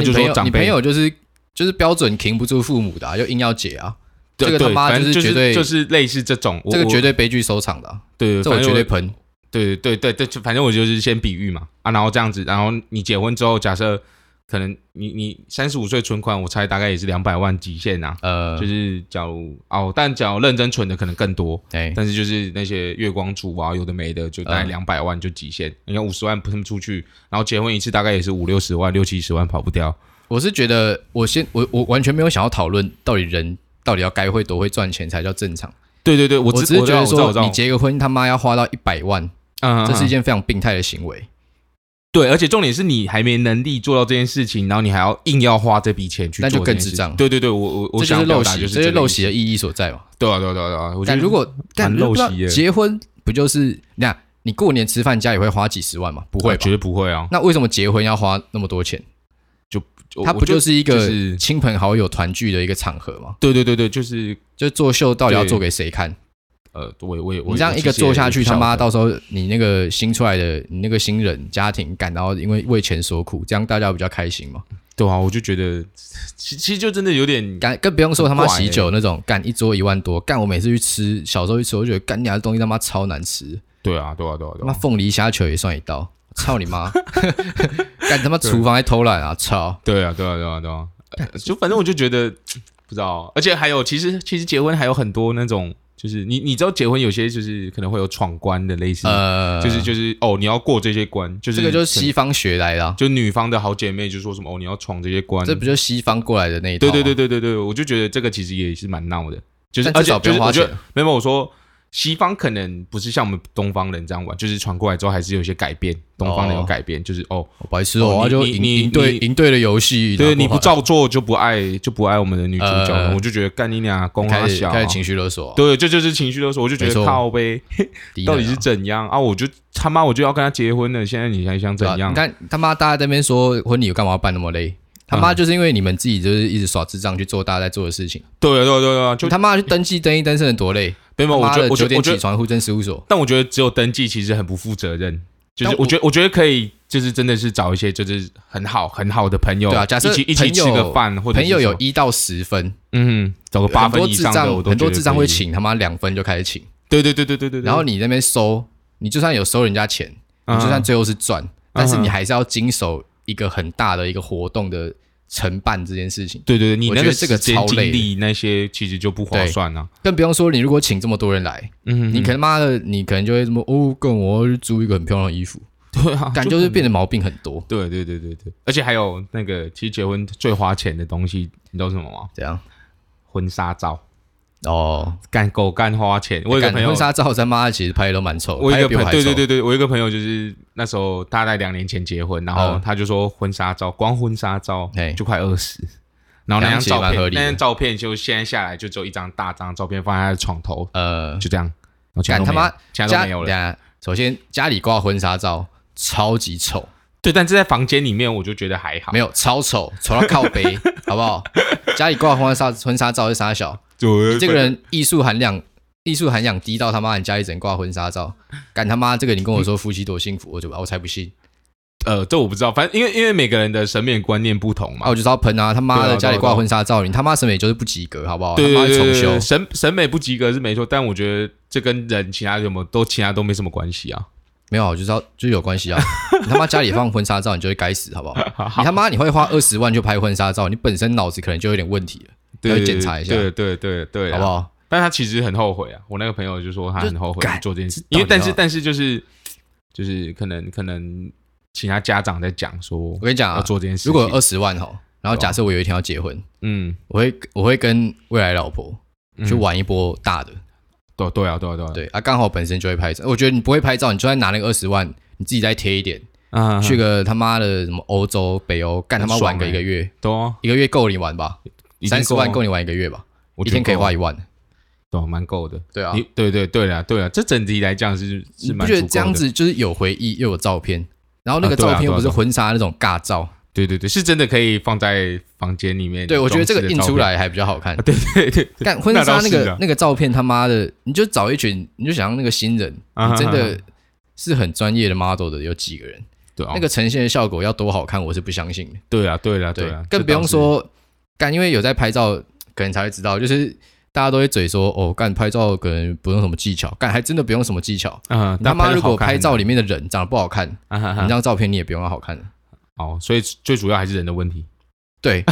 [SPEAKER 1] 那
[SPEAKER 2] 你
[SPEAKER 1] 就
[SPEAKER 2] 朋
[SPEAKER 1] 说
[SPEAKER 2] 友
[SPEAKER 1] 长
[SPEAKER 2] 你朋
[SPEAKER 1] 辈
[SPEAKER 2] 友就是就是标准停不住父母的、啊，又硬要解啊，
[SPEAKER 1] 对
[SPEAKER 2] 这个他
[SPEAKER 1] 对
[SPEAKER 2] 妈
[SPEAKER 1] 反正
[SPEAKER 2] 就是
[SPEAKER 1] 就
[SPEAKER 2] 绝对
[SPEAKER 1] 就是类似这种，我
[SPEAKER 2] 这个
[SPEAKER 1] 我
[SPEAKER 2] 绝对悲剧收场的啊、
[SPEAKER 1] 对，
[SPEAKER 2] 这我
[SPEAKER 1] 反正
[SPEAKER 2] 绝对喷。
[SPEAKER 1] 对对对对，就反正我就是先比喻嘛啊，然后这样子，然后你结婚之后，假设可能你你三十五岁存款，我猜大概也是两百万极限啊，
[SPEAKER 2] 呃
[SPEAKER 1] 就，是假如哦，但假如认真存的可能更多，
[SPEAKER 2] 哎、
[SPEAKER 1] 但是就是那些月光族啊，有的没的，就大概
[SPEAKER 2] 嗯
[SPEAKER 1] 两百万就极限。你看五十万喷出去，然后结婚一次大概也是五六十万、六七十万跑不掉。
[SPEAKER 2] 我是觉得我先我我完全没有想要讨论到底人到底要该会多会赚钱才叫正常。
[SPEAKER 1] 对对对，我
[SPEAKER 2] 我
[SPEAKER 1] 知
[SPEAKER 2] 只是
[SPEAKER 1] 我知
[SPEAKER 2] 觉
[SPEAKER 1] 道
[SPEAKER 2] 得
[SPEAKER 1] 我知道我知
[SPEAKER 2] 说，
[SPEAKER 1] 道
[SPEAKER 2] 你结个婚他妈要花到一百万，
[SPEAKER 1] 嗯，嗯
[SPEAKER 2] 这是一
[SPEAKER 1] 嗯
[SPEAKER 2] 件非常病态的行为。
[SPEAKER 1] 对，而且重点是你还没能力做到这件事情，然后你还要硬要花这笔钱去做
[SPEAKER 2] 那
[SPEAKER 1] 这
[SPEAKER 2] 就
[SPEAKER 1] 件事情，
[SPEAKER 2] 更智障
[SPEAKER 1] 对对对，我我我
[SPEAKER 2] 这就
[SPEAKER 1] 想要
[SPEAKER 2] 是
[SPEAKER 1] 表
[SPEAKER 2] 陋
[SPEAKER 1] 达
[SPEAKER 2] 习，
[SPEAKER 1] 就
[SPEAKER 2] 这是
[SPEAKER 1] 个
[SPEAKER 2] 陋
[SPEAKER 1] 意
[SPEAKER 2] 习
[SPEAKER 1] 思。
[SPEAKER 2] 的意义所在嘛。
[SPEAKER 1] 对啊对啊对啊对啊，我觉
[SPEAKER 2] 但
[SPEAKER 1] 得
[SPEAKER 2] 如果但
[SPEAKER 1] 蛮陋习耶
[SPEAKER 2] 结婚不就是你看你过年吃饭家里会花几十万嘛？不
[SPEAKER 1] 不
[SPEAKER 2] 会吧
[SPEAKER 1] 绝？对不会啊，
[SPEAKER 2] 那为什么结婚要花那么多钱？
[SPEAKER 1] 我
[SPEAKER 2] 它
[SPEAKER 1] 我
[SPEAKER 2] 不就是一
[SPEAKER 1] 就
[SPEAKER 2] 个
[SPEAKER 1] 是
[SPEAKER 2] 亲朋好友团聚的一个场合吗？
[SPEAKER 1] 对对对对，就是
[SPEAKER 2] 就做秀到底要
[SPEAKER 1] 对
[SPEAKER 2] 做给谁看？
[SPEAKER 1] 呃，我我也我
[SPEAKER 2] 你这样
[SPEAKER 1] 我
[SPEAKER 2] 一个
[SPEAKER 1] 其实也
[SPEAKER 2] 做下去，
[SPEAKER 1] 也不
[SPEAKER 2] 他
[SPEAKER 1] 晓
[SPEAKER 2] 妈
[SPEAKER 1] 得
[SPEAKER 2] 到时候你那个新出来的你那个新人家庭感到因为为钱所苦，这样大家比较开心嘛？
[SPEAKER 1] 对啊，我就觉得其其实就真的有点
[SPEAKER 2] 干更不用说他妈
[SPEAKER 1] 很怪欸
[SPEAKER 2] 喜酒那种，干一桌一万多，干我每次去吃，小时候去吃，我就觉得干你家的东西他妈超难吃，
[SPEAKER 1] 对啊对啊对啊
[SPEAKER 2] 他
[SPEAKER 1] 对
[SPEAKER 2] 妈
[SPEAKER 1] 啊，
[SPEAKER 2] 凤梨虾球也算一道，操
[SPEAKER 1] <laughs>
[SPEAKER 2] 你妈！干他妈厨房在偷懒啊，操！
[SPEAKER 1] 对啊对啊对啊对啊，呃就反正我就觉得不知道，而且还有其实其实结婚还有很多那种。就是你，你知道结婚有些就是可能会有闯关的类似，
[SPEAKER 2] 呃，
[SPEAKER 1] 就是就是哦，你要过这些关，就是
[SPEAKER 2] 这个就是
[SPEAKER 1] 可能
[SPEAKER 2] 西方学来的啊、
[SPEAKER 1] 就女方的好姐妹就说什么哦，你要闯这些关，
[SPEAKER 2] 这不就是西方过来的那一套、啊
[SPEAKER 1] 对
[SPEAKER 2] 吗
[SPEAKER 1] 对对对对对，我就觉得这个其实也是蛮闹的，就是
[SPEAKER 2] 但
[SPEAKER 1] 而
[SPEAKER 2] 至
[SPEAKER 1] 且
[SPEAKER 2] 少不
[SPEAKER 1] 就
[SPEAKER 2] 用
[SPEAKER 1] 是
[SPEAKER 2] 花
[SPEAKER 1] 我觉
[SPEAKER 2] 钱
[SPEAKER 1] 得没有我说西方可能不是像我们东方人这样玩，就是传过来之后还是有一些改变，东方人有
[SPEAKER 2] 哦
[SPEAKER 1] 改变，就是哦，
[SPEAKER 2] 哦白痴
[SPEAKER 1] 哦
[SPEAKER 2] 哦，啊
[SPEAKER 1] 你
[SPEAKER 2] 就
[SPEAKER 1] 你
[SPEAKER 2] 赢
[SPEAKER 1] 你
[SPEAKER 2] 赢对
[SPEAKER 1] 你
[SPEAKER 2] 赢对了游戏，
[SPEAKER 1] 对
[SPEAKER 2] 然后
[SPEAKER 1] 你不
[SPEAKER 2] 好
[SPEAKER 1] 照做就不爱就不爱我们的女主角了，
[SPEAKER 2] 呃
[SPEAKER 1] 我就觉得干你俩公
[SPEAKER 2] 开
[SPEAKER 1] 阿
[SPEAKER 2] 始
[SPEAKER 1] 小啊
[SPEAKER 2] 开始。情绪勒索啊、
[SPEAKER 1] 对，这就是情绪勒索，我就觉
[SPEAKER 2] 没
[SPEAKER 1] 得
[SPEAKER 2] 错
[SPEAKER 1] 靠呗，
[SPEAKER 2] 低能
[SPEAKER 1] 到
[SPEAKER 2] 啊
[SPEAKER 1] 底是怎样啊？我就他妈我就要跟他结婚了，现在你还想怎
[SPEAKER 2] 对啊
[SPEAKER 1] 样
[SPEAKER 2] 你？看他妈大家在那边说婚礼干嘛要办那么累？他
[SPEAKER 1] 嗯
[SPEAKER 2] 妈就是因为你们自己就是一直耍智障去做大家在做的事情，
[SPEAKER 1] 对啊对啊对啊对啊，就
[SPEAKER 2] 就他妈去登记登一登是有多累？
[SPEAKER 1] 没有，我
[SPEAKER 2] 妈
[SPEAKER 1] 觉
[SPEAKER 2] 的
[SPEAKER 1] 得我觉
[SPEAKER 2] 九
[SPEAKER 1] 得我
[SPEAKER 2] 点
[SPEAKER 1] 觉
[SPEAKER 2] 起
[SPEAKER 1] 得
[SPEAKER 2] 床户政事务所，
[SPEAKER 1] 但我觉得只有登记其实很不负责任，就是
[SPEAKER 2] 但我
[SPEAKER 1] 我觉得我觉得可以，就是真的是找一些就是很好很好的朋友，
[SPEAKER 2] 对啊假设
[SPEAKER 1] 一起一起
[SPEAKER 2] 朋
[SPEAKER 1] 吃
[SPEAKER 2] 友
[SPEAKER 1] 个饭，或者是
[SPEAKER 2] 朋友有
[SPEAKER 1] 说
[SPEAKER 2] 一到十分，
[SPEAKER 1] 嗯找个八
[SPEAKER 2] 很多
[SPEAKER 1] 分以
[SPEAKER 2] 智
[SPEAKER 1] 上的，我
[SPEAKER 2] 障
[SPEAKER 1] 都
[SPEAKER 2] 很多
[SPEAKER 1] 觉得
[SPEAKER 2] 智障
[SPEAKER 1] 可
[SPEAKER 2] 会
[SPEAKER 1] 以，
[SPEAKER 2] 请他妈两分就开始请，
[SPEAKER 1] 对对对对对对对，
[SPEAKER 2] 然后你那边收，你就算有收人家钱，你
[SPEAKER 1] 嗯
[SPEAKER 2] 就算最后是赚，但是
[SPEAKER 1] 嗯
[SPEAKER 2] 你还是要经手一个很大的一个活动的承办这件事情，
[SPEAKER 1] 对对对，你
[SPEAKER 2] 我
[SPEAKER 1] 那
[SPEAKER 2] 觉
[SPEAKER 1] 个
[SPEAKER 2] 得这个
[SPEAKER 1] 时间
[SPEAKER 2] 超累
[SPEAKER 1] 精
[SPEAKER 2] 的
[SPEAKER 1] 力那些其实就不划
[SPEAKER 2] 对
[SPEAKER 1] 算啊，
[SPEAKER 2] 更不用说你如果请这么多人来，
[SPEAKER 1] 嗯，
[SPEAKER 2] 你可能妈的你可能就会什么哦，跟我要去租一个很漂亮的衣服，
[SPEAKER 1] <laughs> 对啊，
[SPEAKER 2] 感觉就是变得毛病很
[SPEAKER 1] <laughs>
[SPEAKER 2] 多。
[SPEAKER 1] 对对对对对，而且还有那个，其实结婚最花钱的东西，你知道是什么吗？
[SPEAKER 2] 怎样？
[SPEAKER 1] 婚纱照，
[SPEAKER 2] 哦，
[SPEAKER 1] 干狗干花钱。我有一个
[SPEAKER 2] 干
[SPEAKER 1] 朋友
[SPEAKER 2] 婚，纱照，他妈的其实拍的都蛮丑，
[SPEAKER 1] 我有
[SPEAKER 2] 拍
[SPEAKER 1] 一
[SPEAKER 2] 得
[SPEAKER 1] 个
[SPEAKER 2] 比我
[SPEAKER 1] 朋
[SPEAKER 2] 还
[SPEAKER 1] 对
[SPEAKER 2] 丑
[SPEAKER 1] 对对对，我有一个朋友就是那时候大概两年前结婚，然后
[SPEAKER 2] 嗯
[SPEAKER 1] 他就说婚纱照，光婚纱照
[SPEAKER 2] 嘿
[SPEAKER 1] 就快二十，然后那张
[SPEAKER 2] 这样其实
[SPEAKER 1] 照
[SPEAKER 2] 蛮
[SPEAKER 1] 片
[SPEAKER 2] 合理的
[SPEAKER 1] 那张照片就现在下来就只有一张大张照片放在他的床头，
[SPEAKER 2] 呃，
[SPEAKER 1] 就这样，然后其他
[SPEAKER 2] 干
[SPEAKER 1] 都
[SPEAKER 2] 他
[SPEAKER 1] 没有
[SPEAKER 2] 妈，
[SPEAKER 1] 其他
[SPEAKER 2] 家
[SPEAKER 1] 都没有
[SPEAKER 2] 等一
[SPEAKER 1] 了。
[SPEAKER 2] 下首先家里挂婚纱照超级丑，
[SPEAKER 1] 对，但是在房间里面我就觉得还好
[SPEAKER 2] 没，有超丑，丑到靠
[SPEAKER 1] <laughs>
[SPEAKER 2] 背，好不好？家里挂婚纱婚纱照是啥小？
[SPEAKER 1] 就
[SPEAKER 2] 这个人艺术含量。艺术涵养低到他妈，你家里整挂婚纱照，干他妈这个你跟
[SPEAKER 1] <laughs>
[SPEAKER 2] 我说夫妻多幸福，我就我才不信，
[SPEAKER 1] 呃，这我不知道，反正因为因为每个人的审美观念不同
[SPEAKER 2] 啊
[SPEAKER 1] 嘛。
[SPEAKER 2] 我就知道喷啊，他妈
[SPEAKER 1] 对啊
[SPEAKER 2] 的家里
[SPEAKER 1] 对啊
[SPEAKER 2] 挂
[SPEAKER 1] 对啊
[SPEAKER 2] 婚纱照，你他妈审美就是不及格，好不好？他
[SPEAKER 1] 对
[SPEAKER 2] 妈
[SPEAKER 1] 对对
[SPEAKER 2] 的重
[SPEAKER 1] 对
[SPEAKER 2] 修
[SPEAKER 1] 对，，审审美不及格是没错，但我觉得这跟人其他什么都其他都没什么关系啊。
[SPEAKER 2] 没有，我就知道就是有
[SPEAKER 1] <laughs>
[SPEAKER 2] 关系啊！你他妈家里放婚纱照，你就会该死，好不好？你他妈你会花二十万去拍婚纱照，你本身脑子可能就有点问题了，
[SPEAKER 1] 对，
[SPEAKER 2] 要
[SPEAKER 1] 对
[SPEAKER 2] 检查一下
[SPEAKER 1] 对对对对，
[SPEAKER 2] 好
[SPEAKER 1] 啊
[SPEAKER 2] 不好？
[SPEAKER 1] 但他其实很后悔啊。我那个朋友就说他很后悔
[SPEAKER 2] 就干
[SPEAKER 1] 做这件事
[SPEAKER 2] 这，到底
[SPEAKER 1] 因为但是
[SPEAKER 2] 要
[SPEAKER 1] 但是就是就是可能可能其他家长在讲说
[SPEAKER 2] 我跟你讲
[SPEAKER 1] 要
[SPEAKER 2] 啊，
[SPEAKER 1] 做这件事情，啊
[SPEAKER 2] 如果二十万吼，然后假设我有一天要结婚，
[SPEAKER 1] 嗯
[SPEAKER 2] 我会我会跟未来老婆
[SPEAKER 1] 嗯
[SPEAKER 2] 去玩一波大的，
[SPEAKER 1] 对对啊对啊对啊
[SPEAKER 2] 对啊，刚好本身就会拍照。我觉得你不会拍照，你就算拿那个二十万，你自己再贴一点，
[SPEAKER 1] 啊
[SPEAKER 2] 去个他妈的什么欧洲、北欧，干他妈
[SPEAKER 1] 很爽
[SPEAKER 2] 玩个一个月，
[SPEAKER 1] 多啊
[SPEAKER 2] 一个月够你玩吧？
[SPEAKER 1] 一定
[SPEAKER 2] 三十万
[SPEAKER 1] 够
[SPEAKER 2] 够
[SPEAKER 1] 啊，
[SPEAKER 2] 你玩一个月吧？
[SPEAKER 1] 我觉
[SPEAKER 2] 一
[SPEAKER 1] 得
[SPEAKER 2] 天可以
[SPEAKER 1] 够啊
[SPEAKER 2] 花一万，
[SPEAKER 1] 对啊蛮够的。
[SPEAKER 2] 对啊
[SPEAKER 1] 你。对对对了对了，啊这整体来讲是
[SPEAKER 2] 你
[SPEAKER 1] 是
[SPEAKER 2] 不
[SPEAKER 1] 蛮
[SPEAKER 2] 觉
[SPEAKER 1] 足
[SPEAKER 2] 得
[SPEAKER 1] 够
[SPEAKER 2] 这样
[SPEAKER 1] 的？
[SPEAKER 2] 子就是有回忆又有照片？然后那
[SPEAKER 1] 啊
[SPEAKER 2] 个
[SPEAKER 1] 对啊
[SPEAKER 2] 照片
[SPEAKER 1] 对啊
[SPEAKER 2] 又不是
[SPEAKER 1] 对啊
[SPEAKER 2] 婚纱那种尬照，
[SPEAKER 1] 对对对，是真的可以放在房间里面。
[SPEAKER 2] 对我觉得这个印出
[SPEAKER 1] 来，
[SPEAKER 2] 来还比较
[SPEAKER 1] <laughs>
[SPEAKER 2] 好看。
[SPEAKER 1] 啊对对对，对
[SPEAKER 2] 但婚
[SPEAKER 1] 那
[SPEAKER 2] 纱
[SPEAKER 1] 倒
[SPEAKER 2] 那
[SPEAKER 1] 是
[SPEAKER 2] 个
[SPEAKER 1] 啊
[SPEAKER 2] 那个照片，他妈的，你就找一群，你就想让那个新人，
[SPEAKER 1] 啊
[SPEAKER 2] 你真
[SPEAKER 1] 哈哈
[SPEAKER 2] 的是很专业的 model 的，有几个人，
[SPEAKER 1] 对啊
[SPEAKER 2] 那个呈现的效果要多好看，我是不相信的。
[SPEAKER 1] 对啊对啊
[SPEAKER 2] 对
[SPEAKER 1] 啊，，
[SPEAKER 2] 更
[SPEAKER 1] 这
[SPEAKER 2] 不用
[SPEAKER 1] 倒是
[SPEAKER 2] 说干，因为有在拍照，可能才会知道，就是大家都会嘴说哦，干拍照可能不用什么技巧，干还真的不用什么技巧。
[SPEAKER 1] 嗯，
[SPEAKER 2] 你他
[SPEAKER 1] 但
[SPEAKER 2] 妈
[SPEAKER 1] 得
[SPEAKER 2] 如
[SPEAKER 1] 好
[SPEAKER 2] 果
[SPEAKER 1] 看
[SPEAKER 2] 拍
[SPEAKER 1] 很
[SPEAKER 2] 照里面的人长得不好看，
[SPEAKER 1] 啊哈
[SPEAKER 2] 你
[SPEAKER 1] 哈
[SPEAKER 2] 那张照片你也不用要好看了。
[SPEAKER 1] 哦，所以最主要还是人的问题。
[SPEAKER 2] 对，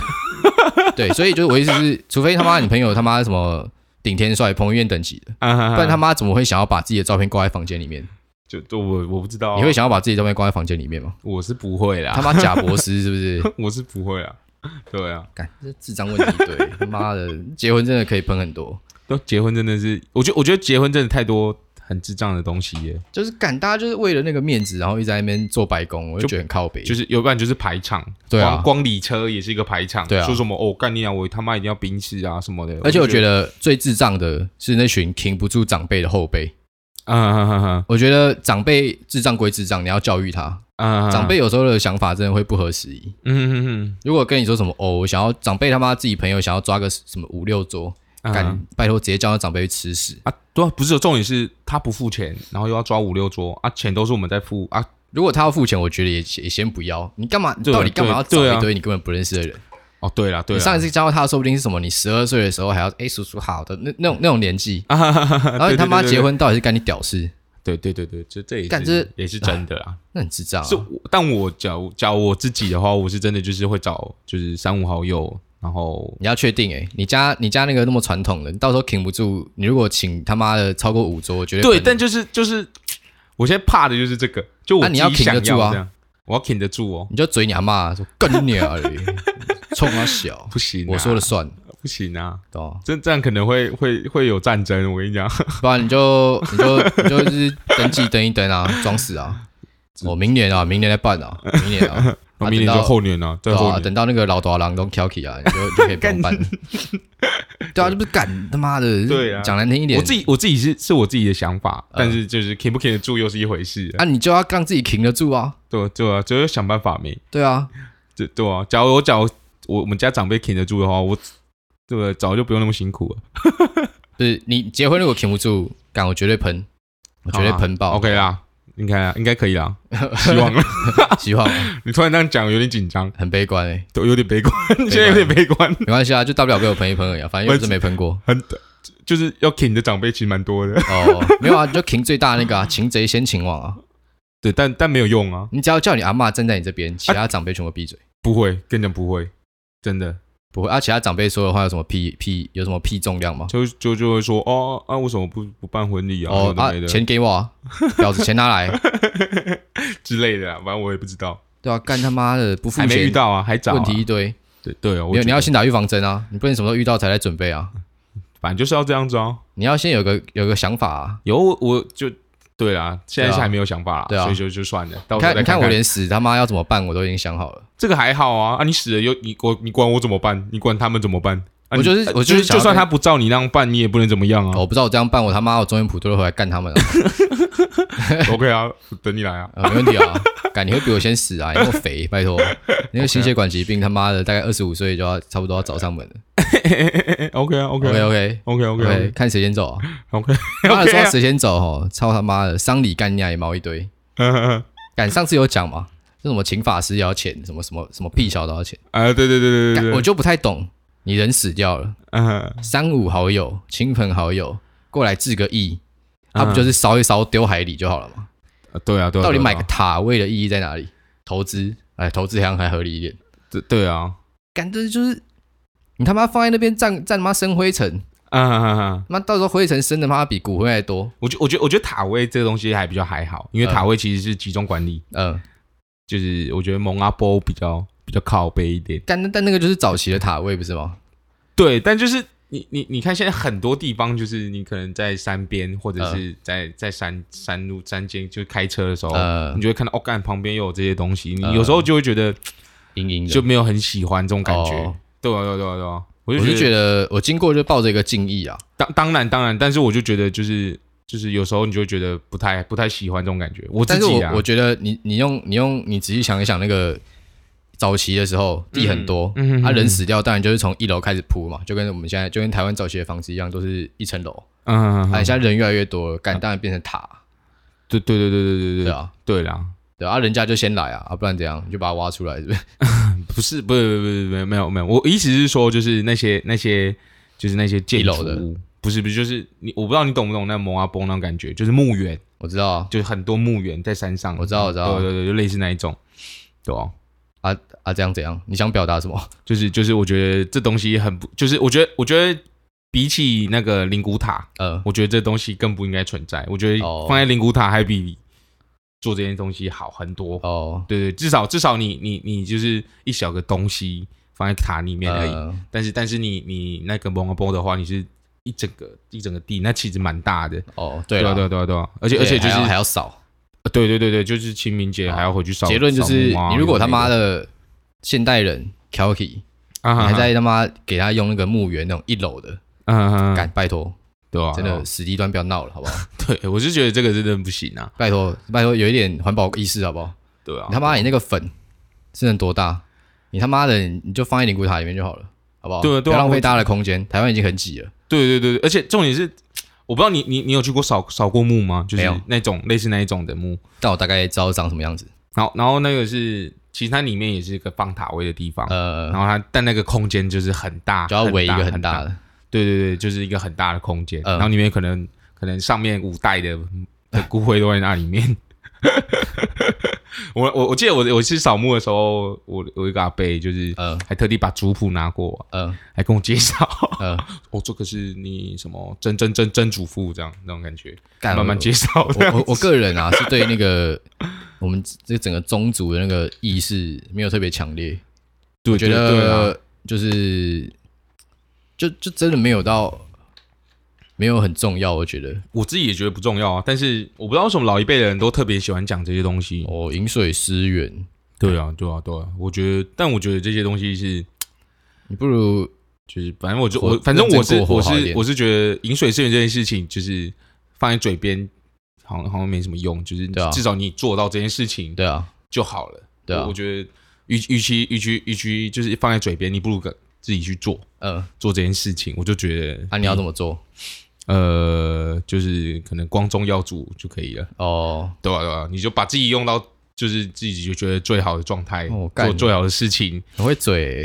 [SPEAKER 2] 对，所以就是我意思是，除非他妈你朋友他妈什么顶天帅、彭于晏等级的，
[SPEAKER 1] 啊哈哈
[SPEAKER 2] <laughs> 不然他妈怎么会想要把自己的照片挂在房间里面？
[SPEAKER 1] 就就我我不知道啊，
[SPEAKER 2] 你会想要把自己的照片挂在房间里面吗？
[SPEAKER 1] 我是不会啦， <laughs>
[SPEAKER 2] 他妈贾博士是不是？
[SPEAKER 1] 我是不会啦。对啊，
[SPEAKER 2] 干这智障问题一堆，他妈的，结婚真的可以喷很多，
[SPEAKER 1] 都结婚真的是，我觉得我觉得结婚真的太多很智障的东西耶，
[SPEAKER 2] 就是干大家就是为了那个面子，然后一直在那边做白工，我就觉得很靠北。
[SPEAKER 1] 就是要不然就是排场，
[SPEAKER 2] 对啊
[SPEAKER 1] 光光理车也是一个排场，
[SPEAKER 2] 对啊
[SPEAKER 1] 说什么哦干你娘，我他妈一定要冰室啊什么的，
[SPEAKER 2] 而且我觉
[SPEAKER 1] 得，
[SPEAKER 2] 得最智障的是那群挺不住长辈的后辈。
[SPEAKER 1] 嗯嗯嗯嗯
[SPEAKER 2] 我觉得长辈智障归智障，你要教育他。
[SPEAKER 1] 嗯，嗯
[SPEAKER 2] 长，辈有时候的想法真的会不合时宜。
[SPEAKER 1] 嗯嗯
[SPEAKER 2] 如果跟你说什么哦，我想要长辈他妈自己朋友想要抓个什么五六桌，
[SPEAKER 1] 嗯，
[SPEAKER 2] 干、
[SPEAKER 1] 嗯
[SPEAKER 2] 拜托直接叫那长辈去吃屎。
[SPEAKER 1] 啊，对啊，不是重点是他不付钱，然后又要抓五六桌啊，钱都是我们在付啊，
[SPEAKER 2] 如果他要付钱，我觉得也也先不要。你干嘛？你
[SPEAKER 1] 对
[SPEAKER 2] 到底干
[SPEAKER 1] 对
[SPEAKER 2] 嘛要找
[SPEAKER 1] 对啊
[SPEAKER 2] 一堆你根本不认识的人？
[SPEAKER 1] 哦对了对
[SPEAKER 2] 你
[SPEAKER 1] 了，
[SPEAKER 2] 上一次教他，说不定是什么？你十二岁的时候还要哎、叔叔好的那那种那种年纪，
[SPEAKER 1] 啊哈哈哈 <laughs> 哈，
[SPEAKER 2] 然后你
[SPEAKER 1] 对
[SPEAKER 2] 他妈
[SPEAKER 1] 对对
[SPEAKER 2] 结婚到底是干你屌事？
[SPEAKER 1] 对对对对，这这也
[SPEAKER 2] 干
[SPEAKER 1] 是
[SPEAKER 2] 这
[SPEAKER 1] 也是真的啊。
[SPEAKER 2] 那很智障、啊。
[SPEAKER 1] 是我，但我假如假如我自己的话，我是真的就是会找就是三五好友，然后
[SPEAKER 2] 你要确定哎、你家你家那个那么传统的，你到时候挺不住。你如果请他妈的超过五桌，我觉得
[SPEAKER 1] 对，但就是就是我现在怕的就是这个，就我
[SPEAKER 2] 啊
[SPEAKER 1] 自
[SPEAKER 2] 你要
[SPEAKER 1] 己
[SPEAKER 2] 挺
[SPEAKER 1] 想
[SPEAKER 2] 得住啊
[SPEAKER 1] 这样，我要挺得住哦，
[SPEAKER 2] 你就嘴你阿妈说干你啊，
[SPEAKER 1] <laughs>
[SPEAKER 2] 冲他小，
[SPEAKER 1] 不行、啊，
[SPEAKER 2] 我说了算，
[SPEAKER 1] 不行啊，
[SPEAKER 2] 懂吗？
[SPEAKER 1] 这这样可能会会会有战争，我跟你 <laughs> 讲，
[SPEAKER 2] 不然你就你就你就是登记登一登啊，装死啊。我、明年啊，明年再办啊，明
[SPEAKER 1] <laughs>
[SPEAKER 2] 年啊，啊
[SPEAKER 1] 明年
[SPEAKER 2] 等
[SPEAKER 1] 就
[SPEAKER 2] 到
[SPEAKER 1] 后年啊，再
[SPEAKER 2] 对
[SPEAKER 1] 后
[SPEAKER 2] 啊，
[SPEAKER 1] 年，
[SPEAKER 2] 等到那个老大郎都挑起啊，你就你就可以不用办了。对啊，这不是敢他妈的，
[SPEAKER 1] 对啊
[SPEAKER 2] 讲难听一点，
[SPEAKER 1] 我自己我自己是是我自己的想法，但是就是挺不挺得住又是一回事、啊，
[SPEAKER 2] 嗯啊，你就要让自己扛得住啊，
[SPEAKER 1] 对对啊，就是想办法没。
[SPEAKER 2] 对啊，
[SPEAKER 1] 对对啊，假如我假如我我们家长辈挺得住的话，我对不对早就不用那么辛苦了，
[SPEAKER 2] 就是你结婚如果扛不住，敢我绝对喷，我绝对喷爆。
[SPEAKER 1] 好啦啊 OK 啦，应该啊，应该可以
[SPEAKER 2] <laughs>
[SPEAKER 1] 啦，希望啦。 <laughs>
[SPEAKER 2] 希望
[SPEAKER 1] 你突然这样讲，有点紧张，
[SPEAKER 2] 很悲观哎，
[SPEAKER 1] 都有点悲观，现在有点悲观，
[SPEAKER 2] 没关系啊，就大不了被我喷一喷而已啊，反正又不是没喷过。
[SPEAKER 1] 很就是要挺的长辈其实蛮多的， <laughs>
[SPEAKER 2] 哦，没有啊，你就擒最大那个啊，擒贼先擒王啊。
[SPEAKER 1] 对，但但没有用啊，
[SPEAKER 2] 你只要叫你阿嬷站在你这边，其他长辈全部闭嘴，
[SPEAKER 1] 不会，跟你讲不会，真的，
[SPEAKER 2] 不会啊。其他长辈说的话有什么屁屁有什么屁重量吗？
[SPEAKER 1] 就就就会说哦啊，为什么不不办婚礼啊，
[SPEAKER 2] 哦
[SPEAKER 1] 有
[SPEAKER 2] 啊
[SPEAKER 1] 的没，的
[SPEAKER 2] 钱给我，啊，婊子钱拿来，
[SPEAKER 1] <laughs> 之类的啊，反正我也不知道，
[SPEAKER 2] 对啊，干他妈的不付
[SPEAKER 1] 还没遇
[SPEAKER 2] 钱，
[SPEAKER 1] 到啊，还早啊，
[SPEAKER 2] 问题一堆。
[SPEAKER 1] 对对啊，我
[SPEAKER 2] 没有，
[SPEAKER 1] 觉
[SPEAKER 2] 你要
[SPEAKER 1] 得
[SPEAKER 2] 先打预防针啊，你不能什么时候遇到才来准备啊。
[SPEAKER 1] 反正就是要这样子哦。
[SPEAKER 2] 你要先有个有个想法啊。
[SPEAKER 1] 有我我就对啦，现在
[SPEAKER 2] 对啊
[SPEAKER 1] 是还没有想法啦，
[SPEAKER 2] 对啊
[SPEAKER 1] 所以就就算了，到时候
[SPEAKER 2] 你看，
[SPEAKER 1] 再
[SPEAKER 2] 你看
[SPEAKER 1] 看
[SPEAKER 2] 我连死他妈要怎么办，我都已经想好了。
[SPEAKER 1] 这个还好啊，啊你死了又你我你管我怎么办？你管他们怎么办？啊、
[SPEAKER 2] 我就是
[SPEAKER 1] 你
[SPEAKER 2] 我
[SPEAKER 1] 就
[SPEAKER 2] 就是想要
[SPEAKER 1] 就算他不照你那样办，你也不能怎么样啊。
[SPEAKER 2] 哦我不知道我这样办，我他妈我中原普渡都回来干他们啊，
[SPEAKER 1] OK 啊，等你来啊。 <laughs>
[SPEAKER 2] 呃没问题啊，干你会比我先死啊，你那么肥，拜托，你那个心血管疾病他妈的大概二十五岁就要差不多要找上门了。
[SPEAKER 1] OK 啊 OK
[SPEAKER 2] OK
[SPEAKER 1] 啊
[SPEAKER 2] OK
[SPEAKER 1] OK OK
[SPEAKER 2] OK，
[SPEAKER 1] OK
[SPEAKER 2] 看谁先走啊？
[SPEAKER 1] OK
[SPEAKER 2] 妈的
[SPEAKER 1] OK
[SPEAKER 2] 说
[SPEAKER 1] 啊
[SPEAKER 2] 谁先走哦，操他妈的，丧礼干你娘也毛一堆。
[SPEAKER 1] <laughs> 嗯。
[SPEAKER 2] 干上次有讲嘛，就什么请法师也要钱，什么什么什么屁小都要钱，
[SPEAKER 1] 啊，对对对对
[SPEAKER 2] 干
[SPEAKER 1] 对
[SPEAKER 2] 我
[SPEAKER 1] 对，
[SPEAKER 2] 就不太懂，你人死掉了，
[SPEAKER 1] 嗯，
[SPEAKER 2] 三五好友、亲朋好友过来致个意，他不就是烧一烧丢海里就好了吗？
[SPEAKER 1] 啊对啊对啊，
[SPEAKER 2] 到
[SPEAKER 1] 对
[SPEAKER 2] 底
[SPEAKER 1] 啊
[SPEAKER 2] 买个塔位的意义在哪里？投资，哎，投资好像还合理一点。
[SPEAKER 1] 对对啊，
[SPEAKER 2] 感觉就是你他妈放在那边占占他妈生灰尘，
[SPEAKER 1] 啊哈哈哈，
[SPEAKER 2] 妈到时候灰尘生的妈比骨灰还多。
[SPEAKER 1] 我觉我觉我觉得塔位这个东西还比较还好，因为
[SPEAKER 2] 嗯
[SPEAKER 1] 塔位其实是集中管理，
[SPEAKER 2] 嗯，
[SPEAKER 1] 就是我觉得蒙阿波比较比较靠背一点。
[SPEAKER 2] 但但那个就是早期的塔位不是吗？
[SPEAKER 1] 对，但就是你你你看，现在很多地方就是你可能在山边或
[SPEAKER 2] 嗯
[SPEAKER 1] 者是在、在山山路山间，就开车的时候，
[SPEAKER 2] 呃
[SPEAKER 1] 你就会看到哦，干旁边又有这些东西，你
[SPEAKER 2] 呃
[SPEAKER 1] 有时候就会觉得
[SPEAKER 2] 阴阴的，
[SPEAKER 1] 就没有很喜欢这种感觉。
[SPEAKER 2] 哦
[SPEAKER 1] 对啊，对啊，对啊，对啊，我
[SPEAKER 2] 我
[SPEAKER 1] 就觉
[SPEAKER 2] 就
[SPEAKER 1] 得
[SPEAKER 2] 觉得我经过就抱着一个敬意啊，
[SPEAKER 1] 当当然当然，但是我就觉得就是就是有时候你就会觉得不太不太喜欢这种感觉。我自
[SPEAKER 2] 但是我
[SPEAKER 1] 己啊，
[SPEAKER 2] 我觉得你你用你用你仔细想一想那个。早期的时候地很多，
[SPEAKER 1] 嗯嗯嗯嗯
[SPEAKER 2] 啊人
[SPEAKER 1] 嗯
[SPEAKER 2] 死掉，当然就是从一楼开始铺嘛，就跟我们现在就跟台湾早期的房子一样，都是一层楼。
[SPEAKER 1] 嗯，嗯
[SPEAKER 2] 啊，
[SPEAKER 1] 嗯
[SPEAKER 2] 现在人越来越多了，干当然变成塔，
[SPEAKER 1] 对对对对对对
[SPEAKER 2] 对
[SPEAKER 1] 对
[SPEAKER 2] 啊。
[SPEAKER 1] 对啦，
[SPEAKER 2] 对啊，人家就先来啊，啊不然怎样？你就把它挖出来，是不是？ <laughs>
[SPEAKER 1] 不是，不是，不是，不是，没有，没有。我意思是说，就是那些那些就是那些建
[SPEAKER 2] 一楼
[SPEAKER 1] 筑
[SPEAKER 2] 的
[SPEAKER 1] 物，不是不是，就是你，我不知道你懂不懂那蒙阿波那种感觉，就是墓园，
[SPEAKER 2] 我知道啊
[SPEAKER 1] 就是很多墓园在山上，
[SPEAKER 2] 我知道我知道
[SPEAKER 1] 嗯对对对，就类似那一种，对啊，
[SPEAKER 2] 啊啊，这样怎样？你想表达什么？
[SPEAKER 1] 就是就是，我觉得这东西很不，就是我觉得我觉得比起那个灵骨塔，
[SPEAKER 2] 呃，
[SPEAKER 1] 我觉得这东西更不应该存在。我觉得
[SPEAKER 2] 哦
[SPEAKER 1] 放在灵骨塔还比做这件东西好很多。
[SPEAKER 2] 哦，
[SPEAKER 1] 对对，至少至少你你你就是一小个东西放在塔里面而已。
[SPEAKER 2] 呃
[SPEAKER 1] 但是但是你你那个蒙阿波的话，你是一整个一整个地，那其实蛮大的。
[SPEAKER 2] 哦，
[SPEAKER 1] 对
[SPEAKER 2] 对了，
[SPEAKER 1] 啊对啊对啊对啊，而且而且就
[SPEAKER 2] 还
[SPEAKER 1] 是
[SPEAKER 2] 要还要扫。
[SPEAKER 1] 呃对对对对，就是清明节还要回去扫。
[SPEAKER 2] 结论就是，
[SPEAKER 1] 扫墓啊
[SPEAKER 2] 你如果他
[SPEAKER 1] 有
[SPEAKER 2] 妈的现代人 c a l k y
[SPEAKER 1] 的没的啊 <laughs>
[SPEAKER 2] 你
[SPEAKER 1] 哈哈
[SPEAKER 2] 还在他妈给他用那个墓园那种一楼的，
[SPEAKER 1] 嗯嗯嗯
[SPEAKER 2] 敢拜托，
[SPEAKER 1] 对啊，
[SPEAKER 2] 真
[SPEAKER 1] 对
[SPEAKER 2] 的
[SPEAKER 1] 啊
[SPEAKER 2] 死低端不要闹了，好不好？ <laughs>
[SPEAKER 1] 对，我是觉得这个真的不行啊，
[SPEAKER 2] 拜托拜托，有一点环保意识，好不好？
[SPEAKER 1] 对啊
[SPEAKER 2] 你，他妈你那个粉是能多大？你他妈的你就放在灵骨塔里面就好了，好不好？
[SPEAKER 1] 对啊对
[SPEAKER 2] 不
[SPEAKER 1] 啊
[SPEAKER 2] 要浪
[SPEAKER 1] 我
[SPEAKER 2] 费大家的空间。台湾已经很挤了，
[SPEAKER 1] 对对对对，而且重点是，我不知道你你你有去过扫扫过墓吗？就
[SPEAKER 2] 没
[SPEAKER 1] 是
[SPEAKER 2] 有
[SPEAKER 1] 那种类似那一种的墓，
[SPEAKER 2] 但我大概知道长什么样子。
[SPEAKER 1] 然后然后那个是其实它里面也是一个放塔位的地方，
[SPEAKER 2] 呃
[SPEAKER 1] <laughs> 然，后它但那个空间就是很大，
[SPEAKER 2] 就要围一个
[SPEAKER 1] 很
[SPEAKER 2] 很
[SPEAKER 1] 大
[SPEAKER 2] 大的，
[SPEAKER 1] 对对对，就是一个很大的空间，
[SPEAKER 2] 嗯
[SPEAKER 1] 然后里面可能可能上面五代的的骨灰都在那里面。 <laughs> 我我我记得我我去扫墓的时候，我我一个阿伯就是
[SPEAKER 2] 嗯
[SPEAKER 1] 还特地把族谱拿过我，
[SPEAKER 2] 嗯
[SPEAKER 1] 还跟我介绍，
[SPEAKER 2] 嗯，
[SPEAKER 1] <laughs> 哦，这个是你什么曾曾曾曾祖父这样那种感觉，
[SPEAKER 2] 干
[SPEAKER 1] 慢慢介绍
[SPEAKER 2] 我
[SPEAKER 1] 的。
[SPEAKER 2] 我我个人啊，是对那个我们这整个宗族的那个意识没有特别强烈，
[SPEAKER 1] 对
[SPEAKER 2] 我觉
[SPEAKER 1] 对 <laughs> 对啊
[SPEAKER 2] 得就是就就真的没有到没有很重要，我觉得
[SPEAKER 1] 我自己也觉得不重要啊，但是我不知道为什么老一辈的人都特别喜欢讲这些东西。
[SPEAKER 2] 哦，饮水思源，
[SPEAKER 1] 对啊，对啊，对啊，我觉得，但我觉得这些东西是
[SPEAKER 2] 你不如
[SPEAKER 1] 就是，反正我就
[SPEAKER 2] 活
[SPEAKER 1] 我反正我是
[SPEAKER 2] 认真过
[SPEAKER 1] 我
[SPEAKER 2] 活好一
[SPEAKER 1] 是
[SPEAKER 2] 点
[SPEAKER 1] 我是觉得饮水思源这件事情，就是放在嘴边，好像好像没什么用，就是
[SPEAKER 2] 对啊
[SPEAKER 1] 至少你做到这件事情
[SPEAKER 2] 对啊
[SPEAKER 1] 就好了。
[SPEAKER 2] 对啊
[SPEAKER 1] 我我觉得与与其与其与其就是放在嘴边，你不如自己去做
[SPEAKER 2] 嗯、
[SPEAKER 1] 做这件事情。我就觉得
[SPEAKER 2] 啊你要怎么做
[SPEAKER 1] 呃，就是可能光宗耀祖就可以了，
[SPEAKER 2] 哦，
[SPEAKER 1] 对吧、对吧、你就把自己用到就是自己就觉得最好的状态，
[SPEAKER 2] 哦干
[SPEAKER 1] 做最好的事情。
[SPEAKER 2] 很会嘴、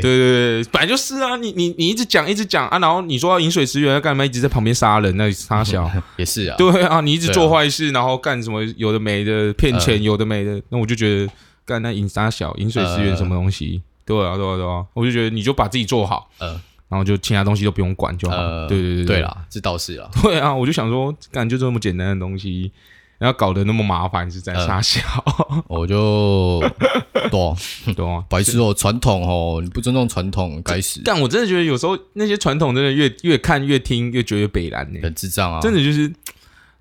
[SPEAKER 1] 对对对，本来就是啊，你你你一直讲一直讲啊，然后你说要饮水思源，要干嘛一直在旁边杀人，那傻
[SPEAKER 2] <laughs>
[SPEAKER 1] 小。
[SPEAKER 2] 也是啊，
[SPEAKER 1] 对啊，你一直
[SPEAKER 2] 对啊啊
[SPEAKER 1] 做坏事，然后干什么有的没的，骗钱有的没的，那我就觉得干那饮沙小饮水思源
[SPEAKER 2] 呃
[SPEAKER 1] 什么东西？对啊，对啊，对啊，我就觉得你就把自己做好，
[SPEAKER 2] 呃
[SPEAKER 1] 然后就其他东西都不用管就好。
[SPEAKER 2] 呃，
[SPEAKER 1] 对对对
[SPEAKER 2] 对，啦，这倒是啦，
[SPEAKER 1] <laughs> 对啊，我就想说，干就这么简单的东西，然后搞得那么麻烦是在
[SPEAKER 2] 呃
[SPEAKER 1] 沙
[SPEAKER 2] <laughs>
[SPEAKER 1] 小，
[SPEAKER 2] 哦
[SPEAKER 1] <laughs>
[SPEAKER 2] 我就懂
[SPEAKER 1] 懂吗？
[SPEAKER 2] 白痴哦，传统哦，你不尊重传统，该死，
[SPEAKER 1] 但我真的觉得有时候那些传统真的越越看越听越觉得北蓝呢、
[SPEAKER 2] 很智障啊，
[SPEAKER 1] 真的
[SPEAKER 2] <coughs>
[SPEAKER 1] 就是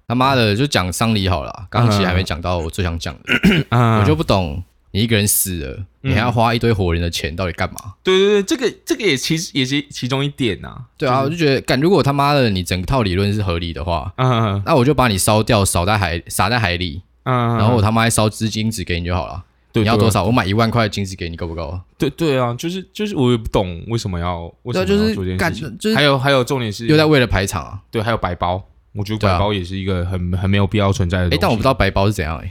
[SPEAKER 2] 他妈的，就讲丧礼好了啊。刚刚其实还没讲到我最想讲的，
[SPEAKER 1] 啊，
[SPEAKER 2] 我就不懂，你一个人死了，
[SPEAKER 1] 嗯
[SPEAKER 2] 你还要花一堆活人的钱，到底干嘛？
[SPEAKER 1] 对对对，这个这个也其实也是其中一点呐、啊。
[SPEAKER 2] 对啊，我就觉得，干，如果他妈的你整套理论是合理的话，
[SPEAKER 1] 嗯
[SPEAKER 2] 那我就把你烧掉，撒在海，撒在海里，
[SPEAKER 1] 嗯，
[SPEAKER 2] 然后我他妈还烧支金子给你就好了。
[SPEAKER 1] 对
[SPEAKER 2] 你要
[SPEAKER 1] 对啊
[SPEAKER 2] 多少？我买一万块的金子给你，够不够？
[SPEAKER 1] 对对啊，就是就是，我也不懂为什么要为什么
[SPEAKER 2] 对啊，就
[SPEAKER 1] 要
[SPEAKER 2] 是
[SPEAKER 1] 做这件
[SPEAKER 2] 干，
[SPEAKER 1] 事情。
[SPEAKER 2] 就是
[SPEAKER 1] 还有还有，重点是
[SPEAKER 2] 又在为了排场啊。
[SPEAKER 1] 对，还有白包，我觉得
[SPEAKER 2] 对啊
[SPEAKER 1] 白包也是一个很很没有必要存在的东
[SPEAKER 2] 哎
[SPEAKER 1] 西。，
[SPEAKER 2] 但我不知道白包是怎样哎。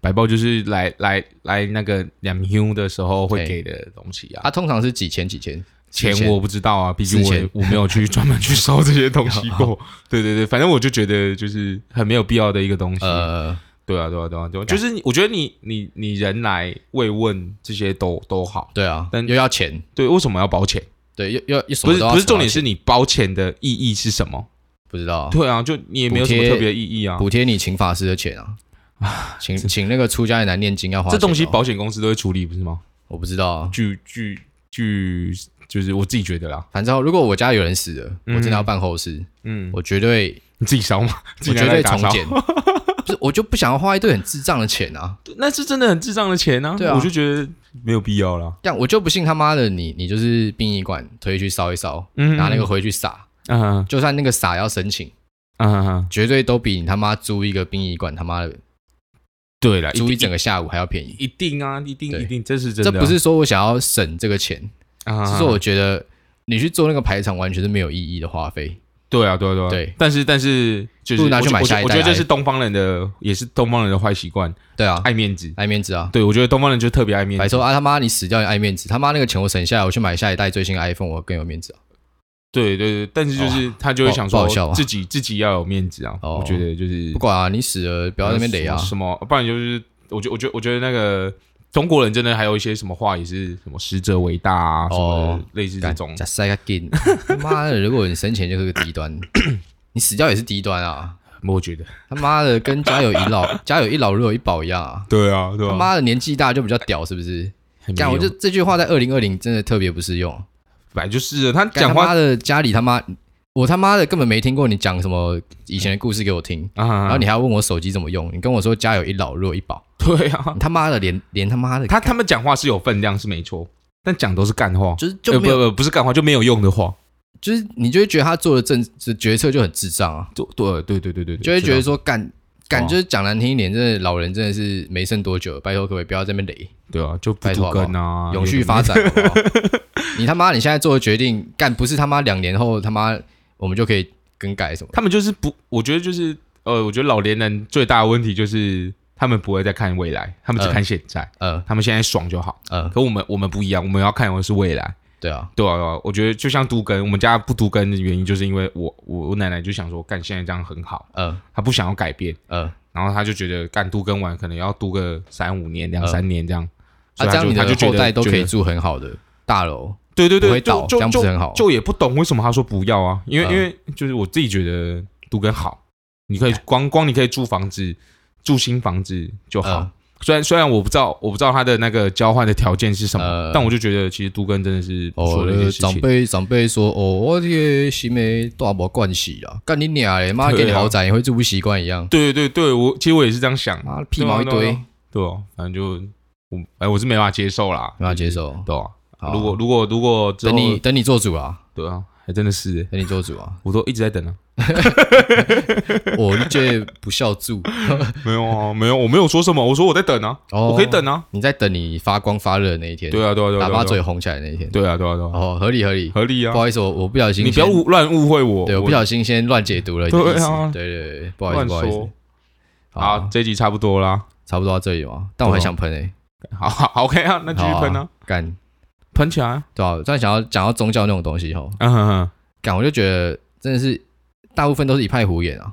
[SPEAKER 1] 白包就是来来来那个两 U 的时候会
[SPEAKER 2] 哎
[SPEAKER 1] 给的东西啊。
[SPEAKER 2] 啊，通常是几千几千，
[SPEAKER 1] 钱
[SPEAKER 2] 四千
[SPEAKER 1] 我不知道啊，毕竟
[SPEAKER 2] 四
[SPEAKER 1] 我
[SPEAKER 2] 千
[SPEAKER 1] 也我没有去 <laughs> 专门去收这些东
[SPEAKER 2] <laughs>
[SPEAKER 1] 西过。对对对，反正我就觉得就是很没有必要的一个东西。
[SPEAKER 2] 呃，
[SPEAKER 1] 对啊对啊对啊对啊，就是你我觉得你你你人来慰问这些都都好，
[SPEAKER 2] 对啊，
[SPEAKER 1] 但
[SPEAKER 2] 又要钱，
[SPEAKER 1] 对，为什么要包钱？
[SPEAKER 2] 对，又又又什
[SPEAKER 1] 不
[SPEAKER 2] 么
[SPEAKER 1] 是
[SPEAKER 2] 都要
[SPEAKER 1] 不是
[SPEAKER 2] 扯到
[SPEAKER 1] 重点是
[SPEAKER 2] 钱
[SPEAKER 1] 你包钱的意义是什么？
[SPEAKER 2] 不知道。
[SPEAKER 1] 对啊，就你也没有什么
[SPEAKER 2] 补贴
[SPEAKER 1] 特别的意义啊。
[SPEAKER 2] 补贴你请法师的钱啊，请请那个出家人来念经要花
[SPEAKER 1] 这
[SPEAKER 2] 钱哦、
[SPEAKER 1] 东西保险公司都会处理，不是吗？
[SPEAKER 2] 我不知道啊。
[SPEAKER 1] 据据据，就是我自己觉得啦。
[SPEAKER 2] 反正如果我家有人死了，我真的要办后事，
[SPEAKER 1] 嗯，
[SPEAKER 2] 我绝对
[SPEAKER 1] 你自己烧吗？自
[SPEAKER 2] <laughs> 我
[SPEAKER 1] 己拿
[SPEAKER 2] 绝
[SPEAKER 1] 来
[SPEAKER 2] 对
[SPEAKER 1] 打
[SPEAKER 2] 重
[SPEAKER 1] 烧 <laughs>
[SPEAKER 2] 建，不是我就不想要花一堆很智障的钱啊！
[SPEAKER 1] 那是真的很智障的钱啊！
[SPEAKER 2] 对啊
[SPEAKER 1] 我就觉得没有必要啦。
[SPEAKER 2] 但我就不信他妈的你，你就是殡仪馆推去烧一烧，
[SPEAKER 1] 嗯
[SPEAKER 2] 拿那个回去撒，
[SPEAKER 1] 啊
[SPEAKER 2] 就算那个撒要申请，
[SPEAKER 1] 啊啊！
[SPEAKER 2] 绝对都比你他妈租一个殡仪馆他妈的
[SPEAKER 1] 对了，
[SPEAKER 2] 租一
[SPEAKER 1] 定
[SPEAKER 2] 整个下午还要便宜。
[SPEAKER 1] 啊一定啊，一定
[SPEAKER 2] 对
[SPEAKER 1] 一定，这是真的
[SPEAKER 2] 这
[SPEAKER 1] 啊。
[SPEAKER 2] 不是说我想要省这个钱，
[SPEAKER 1] 啊，
[SPEAKER 2] 只是我觉得你去做那个排场完全是没有意义的花费。
[SPEAKER 1] 对啊，对啊，对啊。
[SPEAKER 2] 对，
[SPEAKER 1] 但是但是就是
[SPEAKER 2] 不如拿去
[SPEAKER 1] 我觉
[SPEAKER 2] 买下一
[SPEAKER 1] 我觉得我
[SPEAKER 2] 代
[SPEAKER 1] 觉得
[SPEAKER 2] 来
[SPEAKER 1] 这是东方人的，也是东方人的坏习惯，
[SPEAKER 2] 对啊，
[SPEAKER 1] 爱面子。
[SPEAKER 2] 爱面子啊！
[SPEAKER 1] 对，我觉得东方人就特别爱面
[SPEAKER 2] 白
[SPEAKER 1] 子。
[SPEAKER 2] 说啊他妈你死掉你爱面子，他妈那个钱我省下来，我去买下一代最新的 iPhone，我更有面子啊！
[SPEAKER 1] 对对对，但是就是他就会想
[SPEAKER 2] 哦不
[SPEAKER 1] 说
[SPEAKER 2] 好笑啊
[SPEAKER 1] 自己自己要有面子啊。
[SPEAKER 2] 哦
[SPEAKER 1] 我觉得就是
[SPEAKER 2] 不管啊，你死了不
[SPEAKER 1] 不
[SPEAKER 2] 要在那边累啊！
[SPEAKER 1] 什么，不然就是我觉得我觉得我觉得那个中国人真的还有一些什么话也是什么死者为大啊，什么
[SPEAKER 2] 哦
[SPEAKER 1] 的类似这
[SPEAKER 2] 干
[SPEAKER 1] 种。
[SPEAKER 2] 假塞个劲，他妈的！如果你生前就是个低端，你死掉也是低端啊！
[SPEAKER 1] 我觉得
[SPEAKER 2] 他妈
[SPEAKER 1] <laughs>
[SPEAKER 2] 的，跟家有一老家有一老如有一宝一样啊！
[SPEAKER 1] 对啊，对
[SPEAKER 2] 他妈的年纪大就比较屌是不是？
[SPEAKER 1] 还没
[SPEAKER 2] 讲，我
[SPEAKER 1] 有
[SPEAKER 2] 就这句话在二零二零真的特别不适用。
[SPEAKER 1] 本来就是了他
[SPEAKER 2] 干
[SPEAKER 1] 讲
[SPEAKER 2] 他妈
[SPEAKER 1] 话
[SPEAKER 2] 的家里他妈，我他妈的根本没听过你讲什么以前的故事给我听，
[SPEAKER 1] 啊，
[SPEAKER 2] 然后你还要问我手机怎么用，你跟我说家有一老弱一宝，
[SPEAKER 1] 对啊，
[SPEAKER 2] <laughs> 你他妈的连连他妈的
[SPEAKER 1] 他他们讲话是有分量是没错，但讲都是干话，
[SPEAKER 2] 就是
[SPEAKER 1] 呃
[SPEAKER 2] 就没
[SPEAKER 1] 不
[SPEAKER 2] 有，
[SPEAKER 1] 不不是干话就没有用的话，
[SPEAKER 2] 就是你就会觉得他做的政治决策就很智障啊，
[SPEAKER 1] 就对对对对对，
[SPEAKER 2] 就会觉得
[SPEAKER 1] 是
[SPEAKER 2] 说干
[SPEAKER 1] 哦
[SPEAKER 2] 干就是讲难听一点，真的老人真的是没剩多久了，拜托各位不要在那边累，
[SPEAKER 1] 啊对啊，就不
[SPEAKER 2] 拜托
[SPEAKER 1] 足
[SPEAKER 2] 好不好
[SPEAKER 1] 跟啊，
[SPEAKER 2] 永续发展好不好？ <laughs> 你他妈你现在做的决定干不是他妈两年后他妈我们就可以更改什么？
[SPEAKER 1] 他们就是不，我觉得就是呃，我觉得老年人最大的问题就是他们不会再看未来，他们只
[SPEAKER 2] 嗯
[SPEAKER 1] 看现在，
[SPEAKER 2] 呃
[SPEAKER 1] 他们现在爽就好。
[SPEAKER 2] 呃，
[SPEAKER 1] 可我们我们不一样，我们要看的是未来。
[SPEAKER 2] 对啊，
[SPEAKER 1] 对啊，对啊我觉得就像都根，我们家不都根的原因，就是因为我我我奶奶就想说，干现在这样很好，
[SPEAKER 2] 呃
[SPEAKER 1] 她不想要改变，
[SPEAKER 2] 呃。
[SPEAKER 1] 然后她就觉得干都根完可能要都个三五年、两
[SPEAKER 2] 嗯
[SPEAKER 1] 三年这样，所
[SPEAKER 2] 啊，
[SPEAKER 1] 以
[SPEAKER 2] 这
[SPEAKER 1] 她
[SPEAKER 2] 样
[SPEAKER 1] 就
[SPEAKER 2] 你
[SPEAKER 1] 她就
[SPEAKER 2] 的
[SPEAKER 1] 觉
[SPEAKER 2] 后
[SPEAKER 1] 得
[SPEAKER 2] 代都可
[SPEAKER 1] 觉
[SPEAKER 2] 以
[SPEAKER 1] 得
[SPEAKER 2] 住很好的大楼，
[SPEAKER 1] 对对
[SPEAKER 2] 不
[SPEAKER 1] 对，
[SPEAKER 2] 会
[SPEAKER 1] 就
[SPEAKER 2] 倒
[SPEAKER 1] 就
[SPEAKER 2] 这样不
[SPEAKER 1] 就是
[SPEAKER 2] 很好
[SPEAKER 1] 就也不懂为什么他说不要啊，因为、
[SPEAKER 2] 嗯
[SPEAKER 1] 因为就是我自己觉得都跟好，你
[SPEAKER 2] 哎
[SPEAKER 1] 可以光光你可以住房子，住新房子就好。
[SPEAKER 2] 嗯
[SPEAKER 1] 虽然虽然我不知道我不知道他的那个交换的条件是什么，
[SPEAKER 2] 呃
[SPEAKER 1] 但我就觉得其实都根真的是
[SPEAKER 2] 哦
[SPEAKER 1] 说了一些，事
[SPEAKER 2] 长
[SPEAKER 1] 情。
[SPEAKER 2] 辈长辈说，哦，我这个行为大没关系啦，干你娘嘞，妈给你
[SPEAKER 1] 对啊
[SPEAKER 2] 豪宅你会住不习惯一样，
[SPEAKER 1] 对对对，我其实我也是这样想，
[SPEAKER 2] 妈的屁毛一
[SPEAKER 1] 对啊
[SPEAKER 2] 堆，
[SPEAKER 1] 对哦、反正就我哎我是没办法接受啦，
[SPEAKER 2] 没法接受。
[SPEAKER 1] 对啊
[SPEAKER 2] 好啊
[SPEAKER 1] 如果如果如果之后
[SPEAKER 2] 等你等你做主啊，
[SPEAKER 1] 对啊，还真的是欸，
[SPEAKER 2] 等你做主啊，
[SPEAKER 1] 我都一直在
[SPEAKER 2] <laughs>
[SPEAKER 1] 等啊，
[SPEAKER 2] 我这不孝助，
[SPEAKER 1] 没有啊， <laughs> 没有，我没有说什么，我说我在等啊，
[SPEAKER 2] 哦
[SPEAKER 1] <laughs> 我可以等啊，
[SPEAKER 2] 你在等你发光发热的那一天，
[SPEAKER 1] 对啊，对啊，对啊，
[SPEAKER 2] 喇
[SPEAKER 1] 对啊
[SPEAKER 2] 叭嘴，红起来的那一天，
[SPEAKER 1] 对啊，对啊，对啊，
[SPEAKER 2] 哦，合理合理，
[SPEAKER 1] 合理啊
[SPEAKER 2] 不，好意思，我我不小心，
[SPEAKER 1] 你不要，误乱误会我，
[SPEAKER 2] 对我不小心先乱解读了你的意
[SPEAKER 1] 对
[SPEAKER 2] 思
[SPEAKER 1] 啊，
[SPEAKER 2] 对对对，不好意思
[SPEAKER 1] 乱
[SPEAKER 2] 不好意思
[SPEAKER 1] 说，。啊好，，这集差不多啦，
[SPEAKER 2] 差不多到这里嘛，但我还
[SPEAKER 1] 啊
[SPEAKER 2] 想喷诶，
[SPEAKER 1] 好好好 OK 啊，那继续
[SPEAKER 2] 好
[SPEAKER 1] 喷啊，，
[SPEAKER 2] 干。
[SPEAKER 1] 喷起来啊，
[SPEAKER 2] 对啊，突然想要讲到宗教那种东西吼，
[SPEAKER 1] 嗯哼哼，
[SPEAKER 2] 干我就觉得真的是大部分都是一派胡言啊，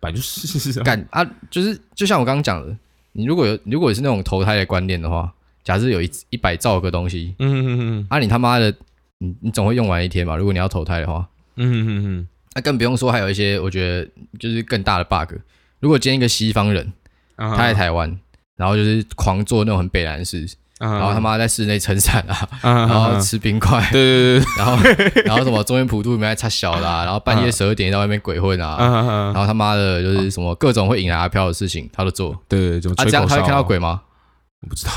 [SPEAKER 1] 本来就是啊， <laughs>
[SPEAKER 2] 干啊，就是就像我刚刚讲的，你如果有如果是那种投胎的观念的话，假设有一一百兆个东西，
[SPEAKER 1] 嗯哼哼
[SPEAKER 2] 啊你他妈的，你你总会用完一天嘛，如果你要投胎的话，
[SPEAKER 1] 嗯哼哼哼，
[SPEAKER 2] 那、更不用说还有一些我觉得就是更大的 bug，如果今天一个西方人
[SPEAKER 1] 嗯哼
[SPEAKER 2] 他在，台湾。然后就是狂做那种很北南的事，然
[SPEAKER 1] 然
[SPEAKER 2] 后他，妈在室内撑伞啊，然后
[SPEAKER 1] 然
[SPEAKER 2] 吃冰块，
[SPEAKER 1] 对对对对，
[SPEAKER 2] 然后然后什么中原普渡里面还插小啦、然后半夜十二点在外面鬼混啊，
[SPEAKER 1] 嗯哼
[SPEAKER 2] 然
[SPEAKER 1] 哼，
[SPEAKER 2] 后他妈的就是什么各种会引来阿飘的事情他都做，
[SPEAKER 1] 对对，对怎么
[SPEAKER 2] 啊
[SPEAKER 1] 吹
[SPEAKER 2] 这样
[SPEAKER 1] 口
[SPEAKER 2] 他会
[SPEAKER 1] 哨？
[SPEAKER 2] 看到，鬼吗？
[SPEAKER 1] 我不知道，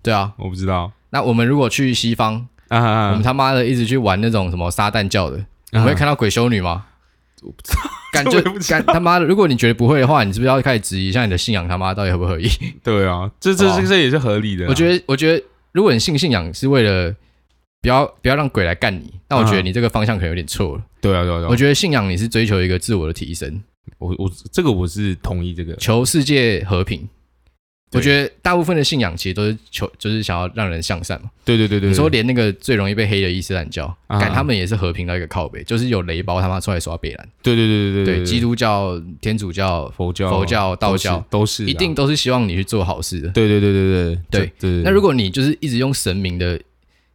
[SPEAKER 2] 对啊，
[SPEAKER 1] 我不知道，
[SPEAKER 2] 那我们如果去西方，
[SPEAKER 1] 啊
[SPEAKER 2] 我们
[SPEAKER 1] 啊，
[SPEAKER 2] 他妈的一直去玩那种什么撒旦教的，我们会看到鬼修女吗？
[SPEAKER 1] 这嗯 <laughs> 我也不
[SPEAKER 2] 我不知道，感觉
[SPEAKER 1] 知道
[SPEAKER 2] 感他妈的，如果你觉得不会的话，你是不是要开始质疑一下你的信仰他妈到底合不合意？
[SPEAKER 1] 对啊，这这
[SPEAKER 2] 好
[SPEAKER 1] 这
[SPEAKER 2] 吧
[SPEAKER 1] 这也是合理的啦，啊
[SPEAKER 2] 哦我觉得，我觉得如果你信信仰是为了不要不要让鬼来干你，那我觉得
[SPEAKER 1] 嗯
[SPEAKER 2] 你这个方向可能有点错了。
[SPEAKER 1] 对啊对啊，对啊
[SPEAKER 2] 我觉得信仰你是追求一个自我的提升，
[SPEAKER 1] 我我这个我是同意这个，
[SPEAKER 2] 求世界和平。
[SPEAKER 1] 对
[SPEAKER 2] 我觉得大部分的信仰其实都是求，就是想要让人向善嘛。
[SPEAKER 1] 对对对对，
[SPEAKER 2] 你说
[SPEAKER 1] 对
[SPEAKER 2] 连那个最容易被黑的伊斯兰教，
[SPEAKER 1] 啊
[SPEAKER 2] 赶他们也是和平到一个靠北，就是有雷包他妈出来耍北兰。
[SPEAKER 1] 对对对对
[SPEAKER 2] 对，基
[SPEAKER 1] 督
[SPEAKER 2] 督教、天主教、
[SPEAKER 1] 佛教
[SPEAKER 2] 佛教道
[SPEAKER 1] 都是
[SPEAKER 2] 教
[SPEAKER 1] 都是
[SPEAKER 2] 一
[SPEAKER 1] 啊
[SPEAKER 2] 定都是希望你去做好事的。
[SPEAKER 1] 对对对对对
[SPEAKER 2] 对
[SPEAKER 1] 对对。
[SPEAKER 2] 那如果你就是一直用神明的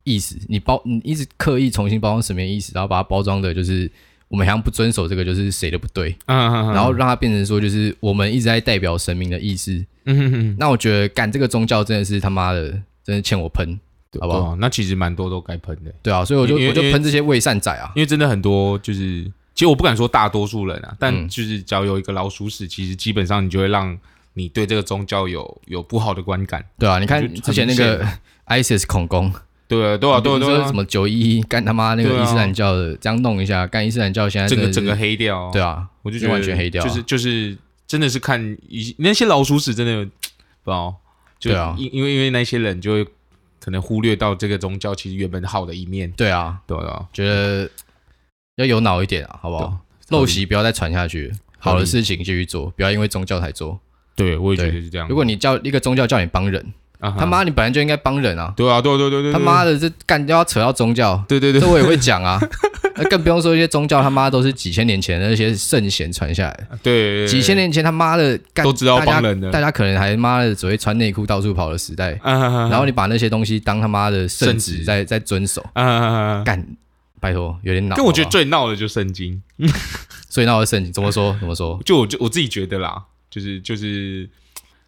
[SPEAKER 2] 意思，你包你一直刻意重新包装神明的意思，然后把它包装的就是我们好像不遵守这个，就是谁的不对，
[SPEAKER 1] 嗯，嗯嗯
[SPEAKER 2] 然后让它变成说就是我们一直在代表神明的意思，
[SPEAKER 1] 嗯哼哼，
[SPEAKER 2] 那我觉得干这个宗教真的是他妈的，真的欠我喷，
[SPEAKER 1] 对
[SPEAKER 2] 好不好
[SPEAKER 1] 对啊那其实蛮多都该喷的，
[SPEAKER 2] 对啊，所以我就
[SPEAKER 1] 因为
[SPEAKER 2] 我就
[SPEAKER 1] 因为
[SPEAKER 2] 喷这些伪善仔啊，
[SPEAKER 1] 因为真的很多就是，其实我不敢说大多数人啊，但
[SPEAKER 2] 嗯
[SPEAKER 1] 就是只要有一个老鼠屎，其实基本上你就会让你对这个宗教有有不好的观感。
[SPEAKER 2] 对啊，你
[SPEAKER 1] 就
[SPEAKER 2] 看
[SPEAKER 1] 很
[SPEAKER 2] 之前那
[SPEAKER 1] 明显
[SPEAKER 2] 个 ISIS 恐攻，
[SPEAKER 1] 对啊，对啊，对啊，
[SPEAKER 2] 你
[SPEAKER 1] 对
[SPEAKER 2] 说
[SPEAKER 1] 啊
[SPEAKER 2] 什，么九一一干他妈那
[SPEAKER 1] 对
[SPEAKER 2] 个
[SPEAKER 1] 啊
[SPEAKER 2] 伊斯兰教的，这样弄一下，干伊斯兰教现在
[SPEAKER 1] 整个
[SPEAKER 2] 真的是
[SPEAKER 1] 整个黑掉，
[SPEAKER 2] 对，啊，
[SPEAKER 1] 我就觉得
[SPEAKER 2] 完全黑掉啊
[SPEAKER 1] 就是就是真的是看一那些老鼠屎真的不知道，就
[SPEAKER 2] 对啊
[SPEAKER 1] 因因为因为那些人就会可能忽略到这个宗教其实原本好的一面，
[SPEAKER 2] 对啊，
[SPEAKER 1] 对啊，
[SPEAKER 2] 觉得要有脑一点啊，好不
[SPEAKER 1] 对啊
[SPEAKER 2] 好？陋习不要再传下去，好的事情继续做，不要因为宗教才做。
[SPEAKER 1] 对，我也觉
[SPEAKER 2] 对
[SPEAKER 1] 得是这样。
[SPEAKER 2] 如果你叫一个宗教叫你帮人，
[SPEAKER 1] 啊哈
[SPEAKER 2] 他妈你本来就应该帮人啊，
[SPEAKER 1] 对啊，对对对对，
[SPEAKER 2] 他妈的这干要扯到宗教，
[SPEAKER 1] 对，对对
[SPEAKER 2] 这
[SPEAKER 1] 对，
[SPEAKER 2] 我也会讲啊，那更不用说一些宗教他妈都是几千年前的那些圣贤传下来的，
[SPEAKER 1] 对
[SPEAKER 2] 几千，年前他妈的干
[SPEAKER 1] 都知道
[SPEAKER 2] 大家
[SPEAKER 1] 帮人的啊
[SPEAKER 2] 大家可能还妈的只会穿内裤到处跑的时代，
[SPEAKER 1] 然
[SPEAKER 2] 然后你把那些东西当他妈的圣
[SPEAKER 1] 圣旨
[SPEAKER 2] 旨在在遵守，
[SPEAKER 1] 啊，
[SPEAKER 2] 干，拜托有点脑。啊
[SPEAKER 1] 但我觉得
[SPEAKER 2] 好不好
[SPEAKER 1] 最闹的就是圣经， <laughs>
[SPEAKER 2] 最闹的圣经怎么说怎么说？
[SPEAKER 1] 就我就我自己觉得啦，就是就是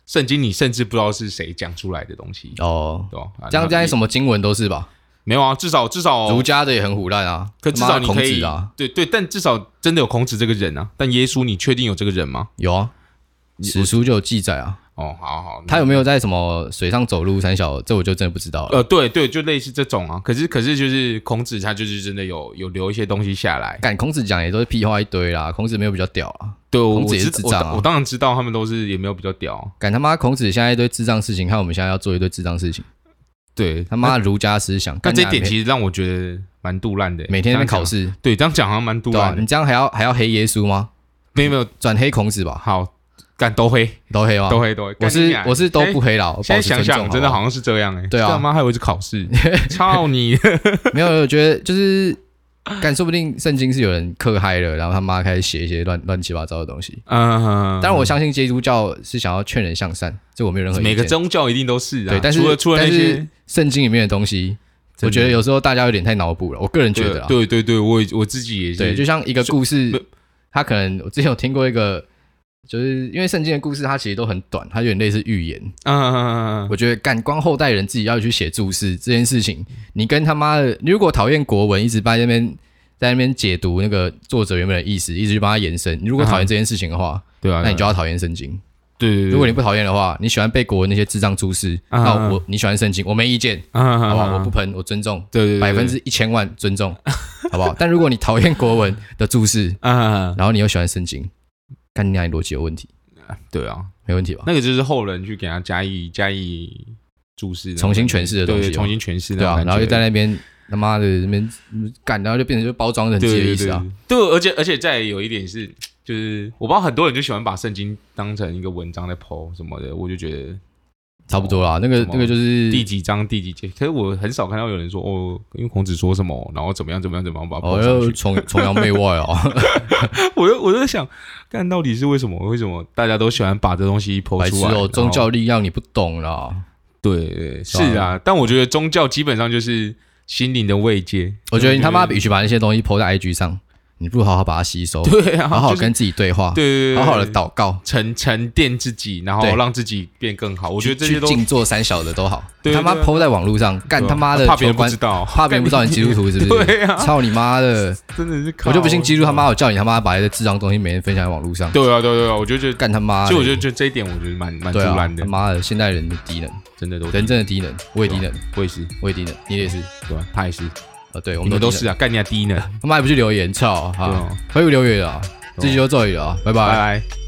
[SPEAKER 1] 圣经你甚至不知道是谁讲出来的东西，
[SPEAKER 2] 哦，
[SPEAKER 1] 对吧？啊
[SPEAKER 2] 这样这样
[SPEAKER 1] 那
[SPEAKER 2] 什么经文都是吧？
[SPEAKER 1] 没有啊，至少至少
[SPEAKER 2] 儒家的也很胡乱啊，
[SPEAKER 1] 可至少你
[SPEAKER 2] 他妈
[SPEAKER 1] 可
[SPEAKER 2] 的孔
[SPEAKER 1] 以
[SPEAKER 2] 子啊，
[SPEAKER 1] 对对，但至少真的有孔子这个人啊。但耶稣，你确定有这个人吗？
[SPEAKER 2] 有啊，史书就有记载啊。
[SPEAKER 1] 哦，好好，那
[SPEAKER 2] 他有没有在什么水上走路三小？这我就真的不知道了。
[SPEAKER 1] 呃，对对，就类似这种啊。可是可是就是孔子他就是真的有有留一些东西下来。
[SPEAKER 2] 敢孔子讲也都是屁话一堆啦，孔子没有比较屌啊。
[SPEAKER 1] 对，我
[SPEAKER 2] 孔子
[SPEAKER 1] 我
[SPEAKER 2] 也是
[SPEAKER 1] 知
[SPEAKER 2] 智障啊
[SPEAKER 1] 我我当然知道他们都是也没有比较屌啊。
[SPEAKER 2] 敢他妈孔子现在一堆智障事情，看我们现在要做一堆智障事情，
[SPEAKER 1] 对
[SPEAKER 2] 他妈儒家思想，
[SPEAKER 1] 但
[SPEAKER 2] 干
[SPEAKER 1] 这一
[SPEAKER 2] 你
[SPEAKER 1] 点
[SPEAKER 2] 每
[SPEAKER 1] 其实让我觉得蛮杜烂的。欸
[SPEAKER 2] 每天在那
[SPEAKER 1] 这样
[SPEAKER 2] 边考
[SPEAKER 1] 讲，啊
[SPEAKER 2] 试，
[SPEAKER 1] 对，这样讲好像蛮杜
[SPEAKER 2] 对啊
[SPEAKER 1] 烂，的。
[SPEAKER 2] 你这样还要还要黑耶稣吗？
[SPEAKER 1] 没有没有，
[SPEAKER 2] 转黑孔子吧，
[SPEAKER 1] 好，干都黑
[SPEAKER 2] 都黑吗？
[SPEAKER 1] 都黑都黑。
[SPEAKER 2] 啊我
[SPEAKER 1] 干你
[SPEAKER 2] 是
[SPEAKER 1] 娘
[SPEAKER 2] 我是都不
[SPEAKER 1] 现
[SPEAKER 2] 黑啦，我
[SPEAKER 1] 在现在
[SPEAKER 2] 保持
[SPEAKER 1] 想
[SPEAKER 2] 尊重
[SPEAKER 1] 想，真的
[SPEAKER 2] 不
[SPEAKER 1] 好像是这样哎。
[SPEAKER 2] 对啊
[SPEAKER 1] 干嘛还有一次考
[SPEAKER 2] <laughs>
[SPEAKER 1] 试？操你！ <laughs>
[SPEAKER 2] 没有，我觉得就是，敢说不定圣经是有人嗑嗨了，然后他妈开始写一些乱乱七八糟的东西。
[SPEAKER 1] 嗯，
[SPEAKER 2] 当然，我相信基督教是想要劝人向善，这我没有任何意见
[SPEAKER 1] 每个宗教一定都是啊，
[SPEAKER 2] 对，但是
[SPEAKER 1] 除了除了那
[SPEAKER 2] 但
[SPEAKER 1] 些
[SPEAKER 2] 是，圣经里面的东西，
[SPEAKER 1] 真的
[SPEAKER 2] 我觉得有时候大家有点太脑补了。我个人觉得啦，啊
[SPEAKER 1] 对对对，我也我自己也是，
[SPEAKER 2] 对就像一个故
[SPEAKER 1] 没
[SPEAKER 2] 事，他可能我之前有听过一个，就是因为圣经的故事它其实都很短，它有点类似寓言。
[SPEAKER 1] 嗯嗯嗯嗯
[SPEAKER 2] 我觉得干光后代人自己要去写注释这件事情，你跟他妈的，你如果讨厌国文，一直在那边在那边解读那个作者原本的意思，一直去帮他延伸。你如果讨厌这件事情的话，
[SPEAKER 1] 对啊，
[SPEAKER 2] 那你就要讨厌圣经。
[SPEAKER 1] 对对对，
[SPEAKER 2] 如果你不讨厌的话，你喜欢背国文那些智障注释，
[SPEAKER 1] 啊
[SPEAKER 2] 那我你喜欢圣经，我没意见，
[SPEAKER 1] 嗯
[SPEAKER 2] 好不好？我不
[SPEAKER 1] 不
[SPEAKER 2] 喷，我尊重，
[SPEAKER 1] 对对
[SPEAKER 2] 百分之一千万尊
[SPEAKER 1] <laughs>
[SPEAKER 2] 重，好不好？但如果你讨厌国文的注释，
[SPEAKER 1] 嗯
[SPEAKER 2] 然后你又喜欢圣经，干你俩逻辑有问题，
[SPEAKER 1] 对啊，
[SPEAKER 2] 没问题吧？
[SPEAKER 1] 那个就是后人去给他加以加以注释的，
[SPEAKER 2] 重新诠释的东
[SPEAKER 1] 对
[SPEAKER 2] 西哦
[SPEAKER 1] 重新诠释那
[SPEAKER 2] 对
[SPEAKER 1] 种
[SPEAKER 2] 啊，
[SPEAKER 1] 感觉，
[SPEAKER 2] 然后就在那边他妈的那边嗯干，然后就变成就包装得很
[SPEAKER 1] 对
[SPEAKER 2] 鸡的
[SPEAKER 1] 对
[SPEAKER 2] 意思
[SPEAKER 1] 对
[SPEAKER 2] 啊。
[SPEAKER 1] 对，而且而且再有一点是，就是我不知道很多人就喜欢把圣经当成一个文章在剖什么的，我就觉得
[SPEAKER 2] 差不多啦。那个
[SPEAKER 1] 什么
[SPEAKER 2] 那个就是
[SPEAKER 1] 第几章第几节，可是我很少看到有人说哦，因为孔子说什么，然后怎么样怎么样怎么样把它
[SPEAKER 2] 哦，
[SPEAKER 1] 剖上去
[SPEAKER 2] 要。崇崇洋媚
[SPEAKER 1] <laughs>
[SPEAKER 2] 外哦，
[SPEAKER 1] 我就我就在想，看到底是为什么？为什么大家都喜欢把这东西剖
[SPEAKER 2] 白痴
[SPEAKER 1] 出来？
[SPEAKER 2] 哦，宗
[SPEAKER 1] 然后
[SPEAKER 2] 教力量你不懂啦。
[SPEAKER 1] <laughs> 对对是
[SPEAKER 2] 是
[SPEAKER 1] 啊，但我觉得宗教基本上就是心灵的慰藉。
[SPEAKER 2] 我觉得你他妈比起把那些东西抛在 IG 上，你不如好好把它吸收，
[SPEAKER 1] <laughs> 对啊，
[SPEAKER 2] 好好
[SPEAKER 1] 就是
[SPEAKER 2] 跟自己对话，
[SPEAKER 1] 对对对，
[SPEAKER 2] 好好的
[SPEAKER 1] 对
[SPEAKER 2] 祷告，
[SPEAKER 1] 沉沉淀自己，然后
[SPEAKER 2] 对
[SPEAKER 1] 让自己变更好。我
[SPEAKER 2] 我
[SPEAKER 1] 觉得这些都
[SPEAKER 2] 静坐三小的都好。
[SPEAKER 1] 对
[SPEAKER 2] 你他妈
[SPEAKER 1] 对啊
[SPEAKER 2] 抛在网络上，干
[SPEAKER 1] 对啊
[SPEAKER 2] 他妈的
[SPEAKER 1] 怕别人
[SPEAKER 2] 求
[SPEAKER 1] 不
[SPEAKER 2] 关
[SPEAKER 1] 知道， <laughs>
[SPEAKER 2] 怕别人不知道你基督徒是不是？
[SPEAKER 1] 对啊，
[SPEAKER 2] 操你妈的！
[SPEAKER 1] 真的是靠
[SPEAKER 2] 我就不信基督他妈，我叫你他妈把这智障东西每天分享在网络上，
[SPEAKER 1] 对啊，对啊对啊，我就觉得，
[SPEAKER 2] 干他妈的！
[SPEAKER 1] 其实我觉得就这一点，我觉得蛮蛮突
[SPEAKER 2] 对啊
[SPEAKER 1] 然，的
[SPEAKER 2] 他，妈的，现代人的敌人，
[SPEAKER 1] 真的都
[SPEAKER 2] 人真的敌人，我也敌人，
[SPEAKER 1] 我也是，
[SPEAKER 2] 我也敌人，你也是，
[SPEAKER 1] 对啊，他也是，
[SPEAKER 2] 呃，对，我
[SPEAKER 1] 我们
[SPEAKER 2] 们
[SPEAKER 1] 都
[SPEAKER 2] 敌人
[SPEAKER 1] 是啊，干人家低能，
[SPEAKER 2] 他妈也不去留言，操！
[SPEAKER 1] 对
[SPEAKER 2] 好，
[SPEAKER 1] 啊，
[SPEAKER 2] 可以不留言了啊，这期就到这里了啊，拜
[SPEAKER 1] 拜
[SPEAKER 2] 拜。
[SPEAKER 1] 拜。